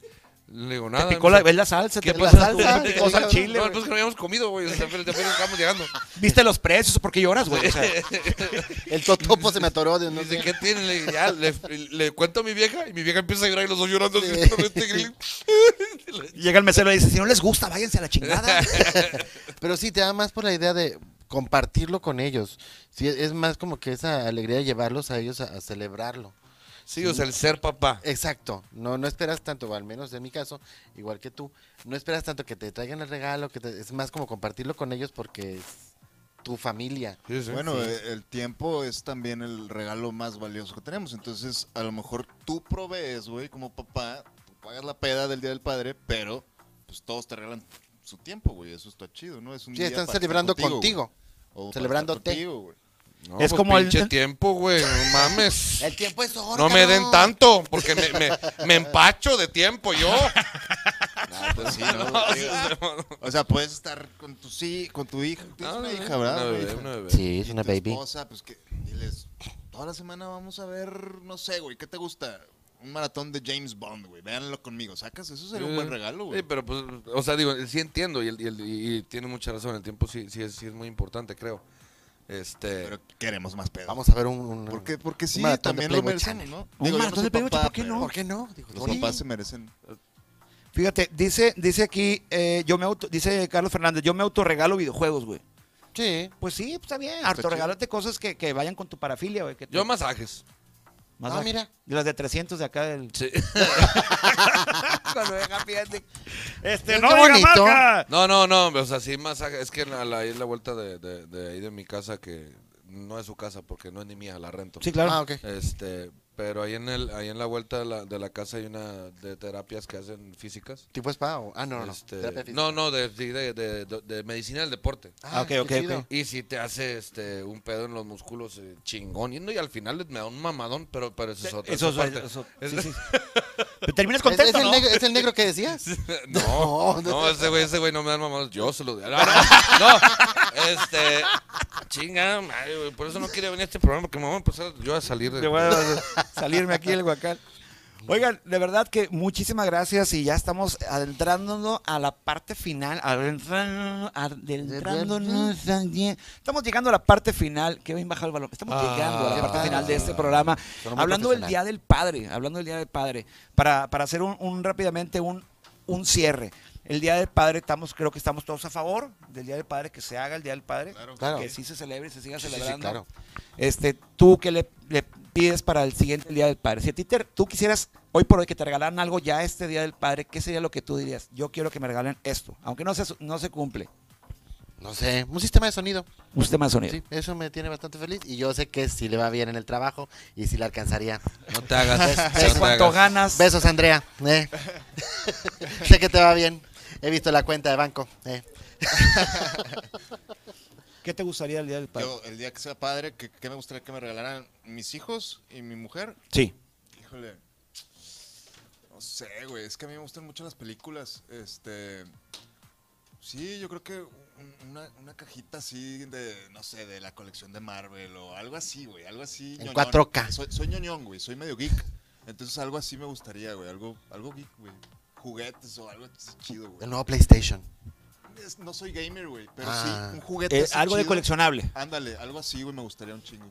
le digo, nada. Te picó me la, dice, ves la salsa, ¿Qué te pasó? la salsa, salsa, te te picó picó el la- chile. No, güey. pues que no habíamos comido, güey. O sea, apenas- apenas estábamos llegando. Viste los precios, porque lloras, güey. O sea, El totopo se me atoró de no Dice, sé ¿qué tiene? Le, digo, ya, le, le cuento a mi vieja y mi vieja empieza a llorar y los dos llorando. así, Sí. con este grillo. llega el mesero y dice, si no les gusta, váyanse a la chingada. Pero sí, te da más por la idea de compartirlo con ellos. Sí, e, es- es más como que esa alegría de llevarlos a ellos a, a celebrarlo. Sí, o sea, el ser papá. Exacto. No, no esperas tanto, o al menos en mi caso, igual que tú, no esperas tanto que te traigan el regalo, que te- es más como compartirlo con ellos porque es- tu familia. Sí, sí. Bueno, eh, el tiempo es también el regalo más valioso que tenemos. Entonces, a lo mejor tú provees, güey, como papá, tú pagas la peda del Día del Padre, pero pues todos te regalan su tiempo, güey. Eso está chido, ¿no? Es un Sí, día están para estar celebrando güey. contigo. O para estar Celebrándote. contigo, güey. No, Es pues, como el- pinche tiempo, güey. No mames. El tiempo es oro. No me cabrón. den tanto, porque me, me- me empacho de tiempo yo. Ah, pues sí, ¿no? Digo, o sea, puedes estar con tu sí, con tu hija. Tienes una hija, ¿verdad? Una güey? bebé, una bebé. Sí, es Y una tu baby. esposa, pues que diles, toda la semana vamos a ver, no sé, güey, ¿qué te gusta? Un maratón de James Bond, güey. Véanlo conmigo, sacas, eso sería un buen regalo, güey. Sí, pero pues, o sea, digo, sí entiendo y, el- y el- y- y tiene mucha razón. El tiempo sí, sí, es, sí es muy importante, creo. Este. Pero queremos más pedo. Vamos a ver un. un- Porque, porque sí, un maratón de también lo Playboy merecemos, Channel. ¿no? Un yo maratón soy de Playboy, papá, ¿por qué no? pero ¿Por qué no? Digo, Los sí. papás se merecen. Fíjate, dice, dice aquí, eh, yo me auto, dice Carlos Fernández, yo me autorregalo videojuegos, güey. Sí. Pues sí, pues, está bien. Autorregálate cosas que, que vayan con tu parafilia, güey. que te- Yo masajes. más Ah, baja. mira. De las de 300 de acá del... Sí. Cuando deja, fíjate. Este, Mira no qué diga bonito. marca. No, no, no, o sea, sí masajes. Es que a la, es la vuelta de, de- de ahí de mi casa que no es su casa porque no es ni mía, la rento. Sí, claro. Ah, ok. Este, pero ahí en el, ahí en la vuelta de la, de la casa hay una de terapias que hacen físicas. ¿Tipo spa o.? Ah, no, no. Este, terapia física. no, no, de, de- de- de- de medicina del deporte. Ah, ok, qué ok, chido. ok. Y si te hace este un pedo en los músculos eh, chingón. Y, no, y al final me da un mamadón, pero, pero eso es otra Eso, esa eso, parte. Es- sí, sí. Pero terminas ¿Es, es contento, el ¿no? negro, ¿Es el negro que decías? No, no, No, no. ese güey, ese güey no me da mamadón. Yo se lo di. No, no, no, este. Chinga, madre, güey, por eso no quería venir a este programa, porque me voy a empezar yo a salir de. Te voy a salirme aquí el huacal. Oigan, de verdad que muchísimas gracias y ya estamos adentrándonos a la parte final. adentrándonos- Adentrándonos. aquí. Estamos llegando a la parte final. Que bien bajado el balón. Estamos llegando a la parte final de este programa. Ah, Sonó muy Hablando del profesional. Día del Padre. Hablando del Día del Padre. Para, para hacer un, un- rápidamente un, un cierre. El Día del Padre, estamos, creo que estamos todos a favor del Día del Padre, que se haga el Día del Padre. Claro. Que sí se celebre y se siga Sí, sí, sí, celebrando. claro. Este, tú que le, le pides para el siguiente Día del Padre. Si a ti te- tú quisieras hoy por hoy que te regalaran algo ya este Día del Padre, ¿qué sería lo que tú dirías? Yo quiero que me regalen esto, aunque no se, su- no se cumple. No sé. Un sistema de sonido. Un sistema de sonido. Sí, eso me tiene bastante feliz. Y yo sé que si le va bien en el trabajo y si le alcanzaría. No te hagas. no te ¿Sabes cuánto hagas. ganas? Besos, Andrea. eh. sé que te va bien. He visto la cuenta de banco. eh. ¿Qué te gustaría el Día del Padre? Yo, el día que sea padre, ¿qué, qué me gustaría que me regalaran mis hijos y mi mujer? Sí. Híjole. No sé, güey. Es que a mí me gustan mucho las películas. Este. Sí, yo creo que un- una, una cajita así de, no sé, de la colección de Marvel o algo así, güey. Algo así. En ñoñón. 4K. Soy, soy ñoñón, güey. Soy medio geek. Entonces algo así me gustaría, güey. Algo, algo geek, güey. Juguetes o algo así chido, El güey. nuevo PlayStation. Es- No soy gamer, güey. Pero Ah. sí, un juguete. Eh, así algo de chido. coleccionable. Ándale, algo así, güey. Me gustaría un chingo.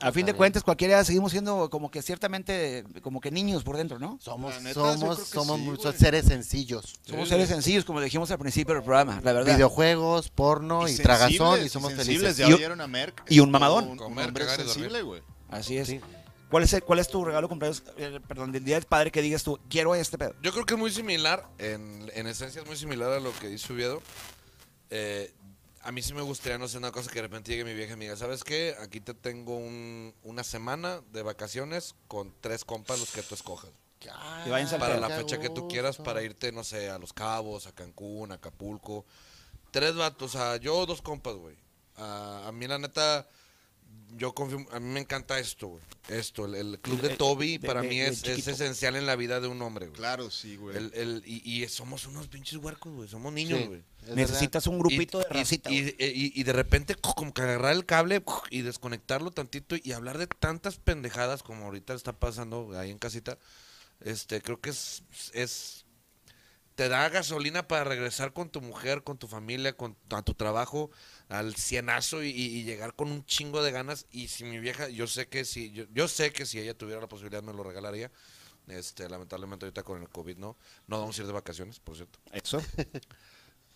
A fin de bien. cuentas, cualquiera seguimos siendo como que ciertamente, como que niños por dentro, ¿no? Somos, La neta, yo somos, creo que somos sí, mu- güey. seres sencillos. Somos seres sencillos, como dijimos al principio del programa, la verdad. Videojuegos, porno y, sensibles, tragazón y y somos sensibles. felices. Ya Y un- vieron a Merck. y un Es mamadón. Un, un Comer, hombre cagar y dormir. sensible, güey. Así es. ¿Cuál, es el- ¿Cuál es tu regalo cumpleaños, eh, perdón, del Día del Padre que digas tú, quiero este pedo? Yo creo que es muy similar, en, en esencia es muy similar a lo que dice Oviedo. Eh, a mí sí me gustaría, no sé, una cosa que de repente llegue mi vieja y me diga, ¿sabes qué? Aquí te tengo un- una semana de vacaciones con tres compas, los que tú escojas. Ah, Que vayan Para la qué fecha que tú quieras, gusto. para irte, no sé, a Los Cabos, a Cancún, a Acapulco. Tres vatos, o sea, yo dos compas, güey. A, a mí la neta, yo confío, a mí me encanta esto, güey. Esto, el, el club de El- el- Toby Eh, de- para de- mí de es, es chiquito. esencial en la vida de un hombre, güey. Claro, sí, güey. El- el- y, y somos unos pinches huercos, güey. Somos niños, Sí, güey. es Necesitas un grupito de racita. Y, eh, güey. y- y de repente, co- como que agarrar el cable co- y desconectarlo tantito y hablar de tantas pendejadas como ahorita está pasando ahí en casita. Este, creo que es. es te da gasolina para regresar con tu mujer, con tu familia, con a tu trabajo, al cienazo y, y- y llegar con un chingo de ganas. Y si mi vieja, yo sé que si, yo, yo sé que si ella tuviera la posibilidad me lo regalaría. Este, lamentablemente ahorita con el COVID no, no vamos a ir de vacaciones, por cierto. Eso.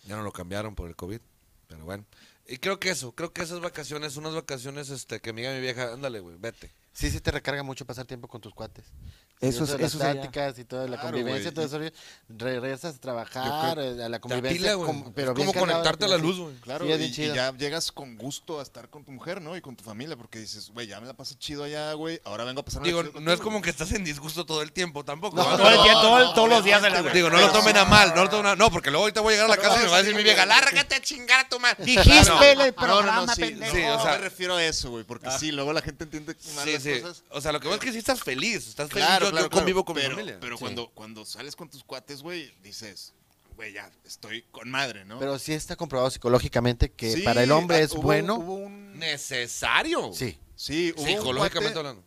Ya no lo cambiaron por el COVID, pero bueno. Y creo que eso, creo que esas vacaciones, unas vacaciones este, que me diga mi vieja, ándale, güey, vete. Sí, sí te recarga mucho pasar tiempo con tus cuates. Eso es, eso, eso es las allá. tácticas y toda la Claro, convivencia, güey. todo eso. Regresas a trabajar, eh, a la Te convivencia. apila, güey. con- pero Es bien como cargado, conectarte a la luz, güey. Claro, Sí, es y, bien y chido. ya llegas con gusto a estar con tu mujer, ¿no? Y con tu familia, porque dices, güey, ya me la pasé chido allá, güey. Ahora vengo a pasar Digo, no es como que estás en disgusto todo el tiempo tampoco. No, ¿va? Todo el día, todo el- todos los días de la- Digo, no lo tomen a mal, no lo tomen a No, porque luego ahorita voy a llegar a la casa y me va a decir mi vieja, lárgate a chingar a tu madre. Dijiste Claro. el programa, pendejo. sí, o o sea- sea, me refiero a eso, güey, porque sí, luego la gente entiende mal Sí, las sí. cosas. O sea, lo que pasa es que sí estás feliz. Estás feliz. Claro, yo, claro, yo convivo claro. con pero, mi familia. Pero Sí. cuando, cuando sales con tus cuates, güey, dices, güey, ya estoy con madre, ¿no? Pero sí está comprobado psicológicamente que Sí, para el hombre ah, es hubo- bueno. hubo un- Necesario. Sí. sí, hubo Psicológicamente un cuate, hablando.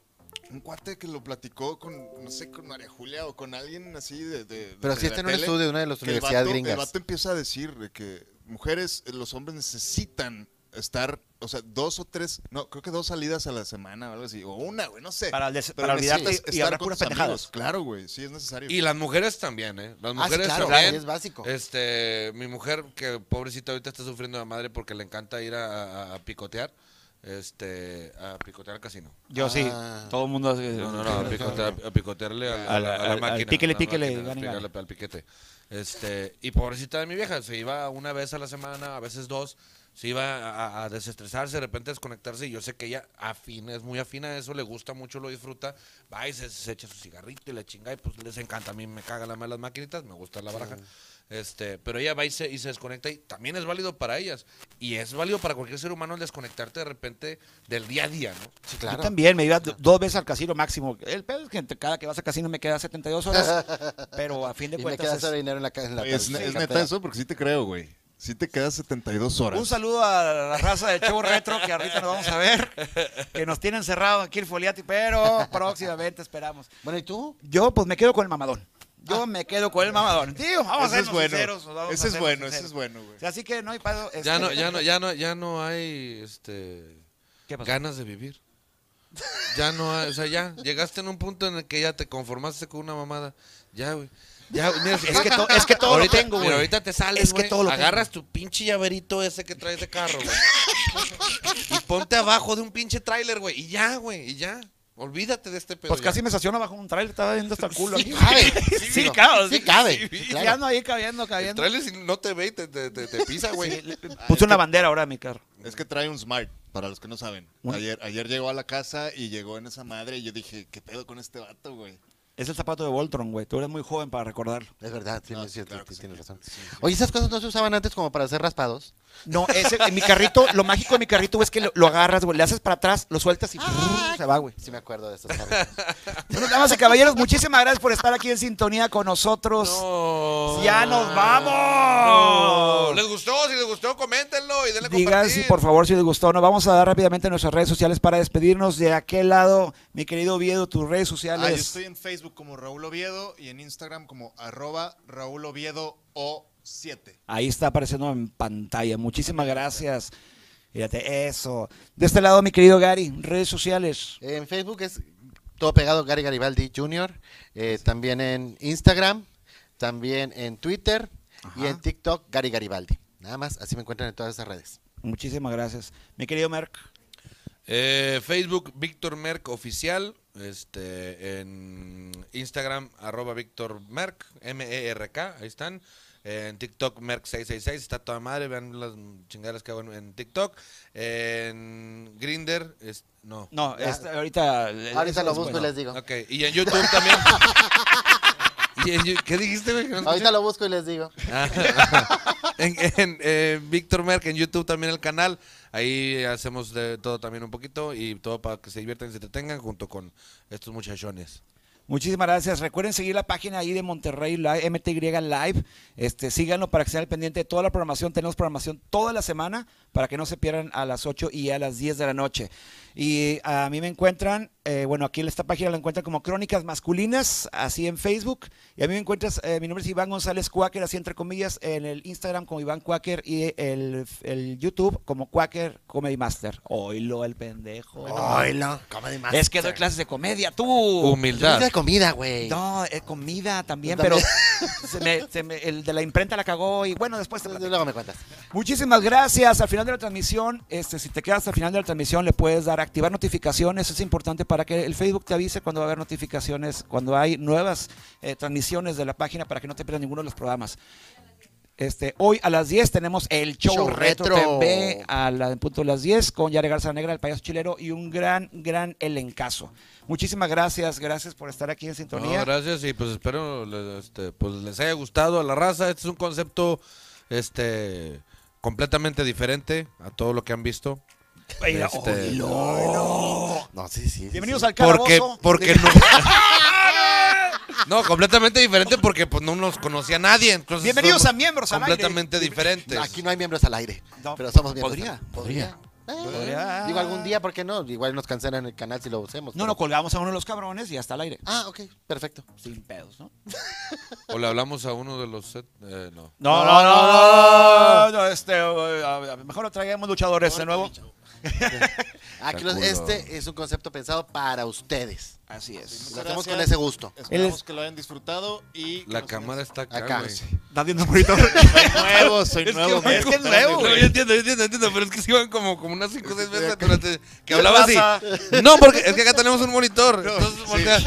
un cuate que lo platicó con, no sé, con María Julia o con alguien así de. de- Pero de sí la está en un tele, estudio de una de las que el universidades vato- gringas. El vato empieza a decir de que mujeres, eh, los hombres necesitan estar, o sea, dos o tres, no, creo que dos salidas a la semana o algo así, o una, güey, no sé. Para el des- Pero para necesitas olvidarte y estar hablar con puras tus amigos. pendejadas. Claro, güey, sí es necesario. Y las mujeres también, ¿eh? Las Ah, sí, mujeres claro, también. es básico. Este, mi mujer, que pobrecita ahorita está sufriendo de madre porque le encanta ir a, a- a picotear. Este, a picotear al casino. Yo sí, Ah. todo el mundo. No, no, no, a, picotear- a picotearle al- a Al- la, a la al- máquina. al píquele, a la píquele, máquina, gane, pícale gane. al piquete. Este, y pobrecita de mi vieja, se iba una vez a la semana, a veces dos, se iba a, a- a desestresarse, de repente desconectarse. Y yo sé que ella afina, es muy afina a eso, le gusta mucho, lo disfruta. Va y se, se echa su cigarrito y la chinga, y pues les encanta. A mí me cagan las malas maquinitas, me gusta la baraja. Este, pero ella va y se, y se desconecta y también es válido para ellas. Y es válido para cualquier ser humano el desconectarte de repente del día a día, ¿no? Sí, claro. Yo también me iba do- dos veces al casino máximo. El pedo es que entre- cada que vas al casino me queda 72 horas, pero a fin de Y me queda cuentas. ese es- dinero en la ca- en la Oye, es, tabla- ne- en es la neta cartera. eso, porque sí te creo, güey. Sí te quedas 72 horas. Un saludo a la raza de Chavo Retro que ahorita nos vamos a ver, que nos tienen cerrado aquí el Foliati, pero próximamente esperamos. Bueno, ¿y tú? Yo pues me quedo con el mamadón. Yo me quedo con el mamadón. Digo, vamos a Ese ser es bueno. sinceros. nos vamos a Ese es sernos bueno, ese sinceros. es bueno, güey. O sea, Así que no hay pedo. Ya este- no, ya no, ya no, ya no hay este ¿Qué pasó? ganas de vivir. Ya no hay, o sea, ya llegaste en un punto en el que ya te conformaste con una mamada. Ya, güey. Ya, güey, mira, Es que, to- es que todo ahorita, lo tengo, mira, güey. ahorita te sales, Es que güey, todo lo agarras tu pinche llaverito ese que traes de carro, güey. y ponte abajo de un pinche tráiler, güey, y ya, güey, y ya. Olvídate de este pedo. Pues ya. casi me estaciono bajo un trailer, estaba viendo hasta el culo aquí. Cabe. Sí, digo, claro, Sí, sí, cabe. Y claro. ya ando ahí cabiendo, el cabiendo. tráiler si no te ve y te, te- te- te pisa, güey. Puse una bandera ahora en mi carro. Es que trae un smart, para los que no saben. Un- Ayer, ayer llegó a la casa y llegó en esa madre y yo dije, ¿qué pedo con este vato, güey? Es el zapato de Voltron, güey. Tú eres muy joven para recordarlo. Es verdad, sí, No, no, es sí, cierto, claro que sí, sí. tienes razón. Oye, ¿esas cosas no se usaban antes como para hacer raspados? No, ese, en mi carrito, lo mágico de mi carrito güey, es que lo, lo agarras, güey, le haces para atrás, lo sueltas y Ah. Ah. brrr, se va, güey. Sí me acuerdo de esas cosas. Bueno, damas y caballeros, muchísimas gracias por estar aquí en sintonía con nosotros. No. ¡Ya nos vamos! No. ¿Les gustó? Si les gustó, coméntenlo y denle Digan si compartir. por favor si les gustó o no. Vamos a dar rápidamente nuestras redes sociales para despedirnos. De aquel lado, mi querido Oviedo, tus redes sociales. Ah, yo estoy en Facebook como Raúl Oviedo y en Instagram como arroba Raúl Oviedo O7. Ahí está apareciendo en pantalla. Muchísimas gracias. Fíjate, eso. De este lado, mi querido Gary, redes sociales. En Facebook es todo pegado Gary Garibaldi Jr. eh, También en Instagram, también en Twitter y en TikTok Gary Garibaldi. Nada más, así me encuentran en todas esas redes. Muchísimas gracias. Mi querido Merck, Eh, Facebook, Víctor Merck Oficial. Este, en Instagram, arroba Víctor Merck, M-E-R-K, ahí están. En TikTok, Merck666, está toda madre, vean las chingaderas que hago en, en TikTok. En Grinder, no. no, esta- ahorita. Ahorita Eh, eso lo es busco y bueno. les digo. Ok, y en YouTube también. Y en Yu- ¿Qué dijiste, güey? Que no escuché. Ahorita lo busco y les digo. Ah, en, en, eh, Víctor Merck en YouTube también el canal. Ahí hacemos de todo también un poquito y todo para que se diviertan y se entretengan junto con estos muchachones. Muchísimas gracias. Recuerden seguir la página ahí de Monterrey Live, MTY Live. Este, síganlo para que estén al pendiente de toda la programación. Tenemos programación toda la semana para que no se pierdan a las 8 y a las 10 de la noche. Y a mí me encuentran, eh, bueno, aquí en esta página la encuentran como Crónicas Masculinas, así en Facebook. Y a mí me encuentras, eh, mi nombre es Iván González Quaker, así entre comillas, en el Instagram como Iván Quaker y el, el YouTube como Quaker Comedy Master. Oílo el pendejo. Oilo, Comedy Master. Es que doy clases de comedia, tú. Humildad. Dice comida, güey. No, eh, comida también, También. pero se me- se me- el de la imprenta la cagó y bueno, después te platico. Luego me cuentas. Pues Muchísimas gracias. Al final de la transmisión, este, si te quedas al final de la transmisión, le puedes dar activar notificaciones. Es importante para que el Facebook te avise cuando va a haber notificaciones, cuando hay nuevas eh, transmisiones de la página para que no te pierdas ninguno de los programas. Este, hoy a las 10 tenemos el show, Show retro, Retro. TV a la, en punto de las 10 con Yare Garza Negra, el payaso chilero y un gran, gran elencazo. Muchísimas gracias, gracias por estar aquí en sintonía. No, gracias y pues espero le- este, pues, les haya gustado a la raza. Este es un concepto este completamente diferente a todo lo que han visto. Oye, Este, oílo. No, sí, sí. sí, Bienvenidos sí. al Porque, calabozo. porque no. No, completamente diferente porque pues no nos conocía nadie. entonces Bienvenidos somos a Miembros al Aire. Completamente diferentes. Aquí no hay miembros al aire. No, pero somos miembros. podría, al- Podría. Eh, Podría. Digo, algún día, ¿por qué no? Igual nos cancelan el canal si lo usemos. No, pero- no, colgamos a uno de los cabrones y hasta el aire. Ah, ok, perfecto. Sin pedos, ¿no? O le hablamos a uno de los set- eh, no. No, no, no, no, no, no, este, eh, a- a- mejor lo traigamos luchadores de nuevo. Aquí los- culo. este es un concepto pensado para ustedes. Así es. Lo hacemos Gracias. con ese gusto. Esperamos Él es- que lo hayan disfrutado y... que La nos- cámara está acá, Acá. güey. Nadie nos monitor. Soy nuevo, soy Es que- nuevo. es que es Espérame, nuevo, No, güey. yo entiendo, yo entiendo, entiendo, pero es que se iban como, como unas 5 o 6 veces durante que ¿Qué hablaba así. pasa? No, porque es que acá tenemos un monitor. No, entonces, sí. voltea.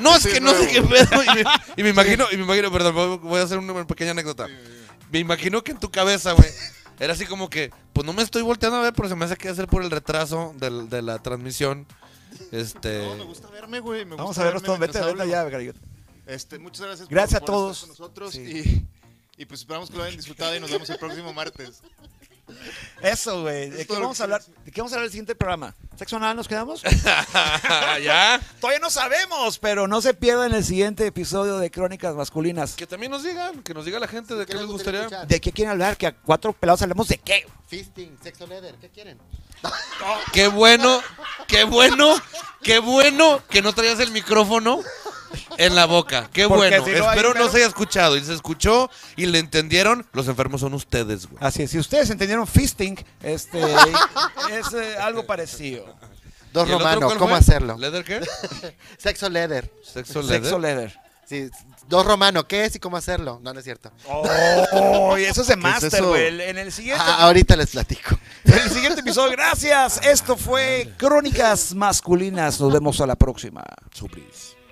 no, es Sí, que no sé nuevo. qué pedo. Y me, y me imagino, y me imagino, perdón, voy- voy a hacer una pequeña anécdota. Me imagino que en tu cabeza, güey, era así como que, pues no me estoy volteando a ver, pero se me hace que hacer por el retraso del- de, la transmisión. Este. No, me gusta verme, güey. me Vamos gusta a ver verme esto. Vete, mientras vete hablo. ya, Garigot. Este, muchas gracias. Gracias por- a por todos. estar con nosotros Sí. y, y pues esperamos que lo hayan disfrutado y nos vemos el próximo martes. Eso, güey. ¿De Es qué todo lo vamos que a hablar? quieres. ¿De qué vamos a hablar en el siguiente programa? ¿Sexo anal nos quedamos? Ah, ¿Ya? Todavía no sabemos, pero no se pierdan el siguiente episodio de Crónicas Masculinas. Que también nos digan, que nos diga la gente de qué les les gustaría gustaría. escuchar? ¿De qué quieren hablar? Que a cuatro pelados hablamos de qué. Fisting, sexo leather, ¿qué quieren? Qué bueno, qué bueno, qué bueno que no traías el micrófono en la boca. Qué Porque bueno. si no, ahí Espero mero- no se haya escuchado. Y se escuchó y le entendieron. Los enfermos son ustedes, güey. Así es. Si ustedes entendieron fisting, este, es eh, algo parecido. Dos ¿Y el otro romanos, cuál ¿cómo fue? hacerlo? ¿Leather qué? Sexo leather. Sexo leather. Sexo leather. Sí, dos romano, ¿qué es y cómo hacerlo? No, no es cierto. Oh, y eso es de es master, eso? güey. En el este siguiente Ah, ahorita les platico. En el siguiente episodio. Gracias. Esto fue Crónicas Masculinas. Nos vemos a la próxima. Sobres.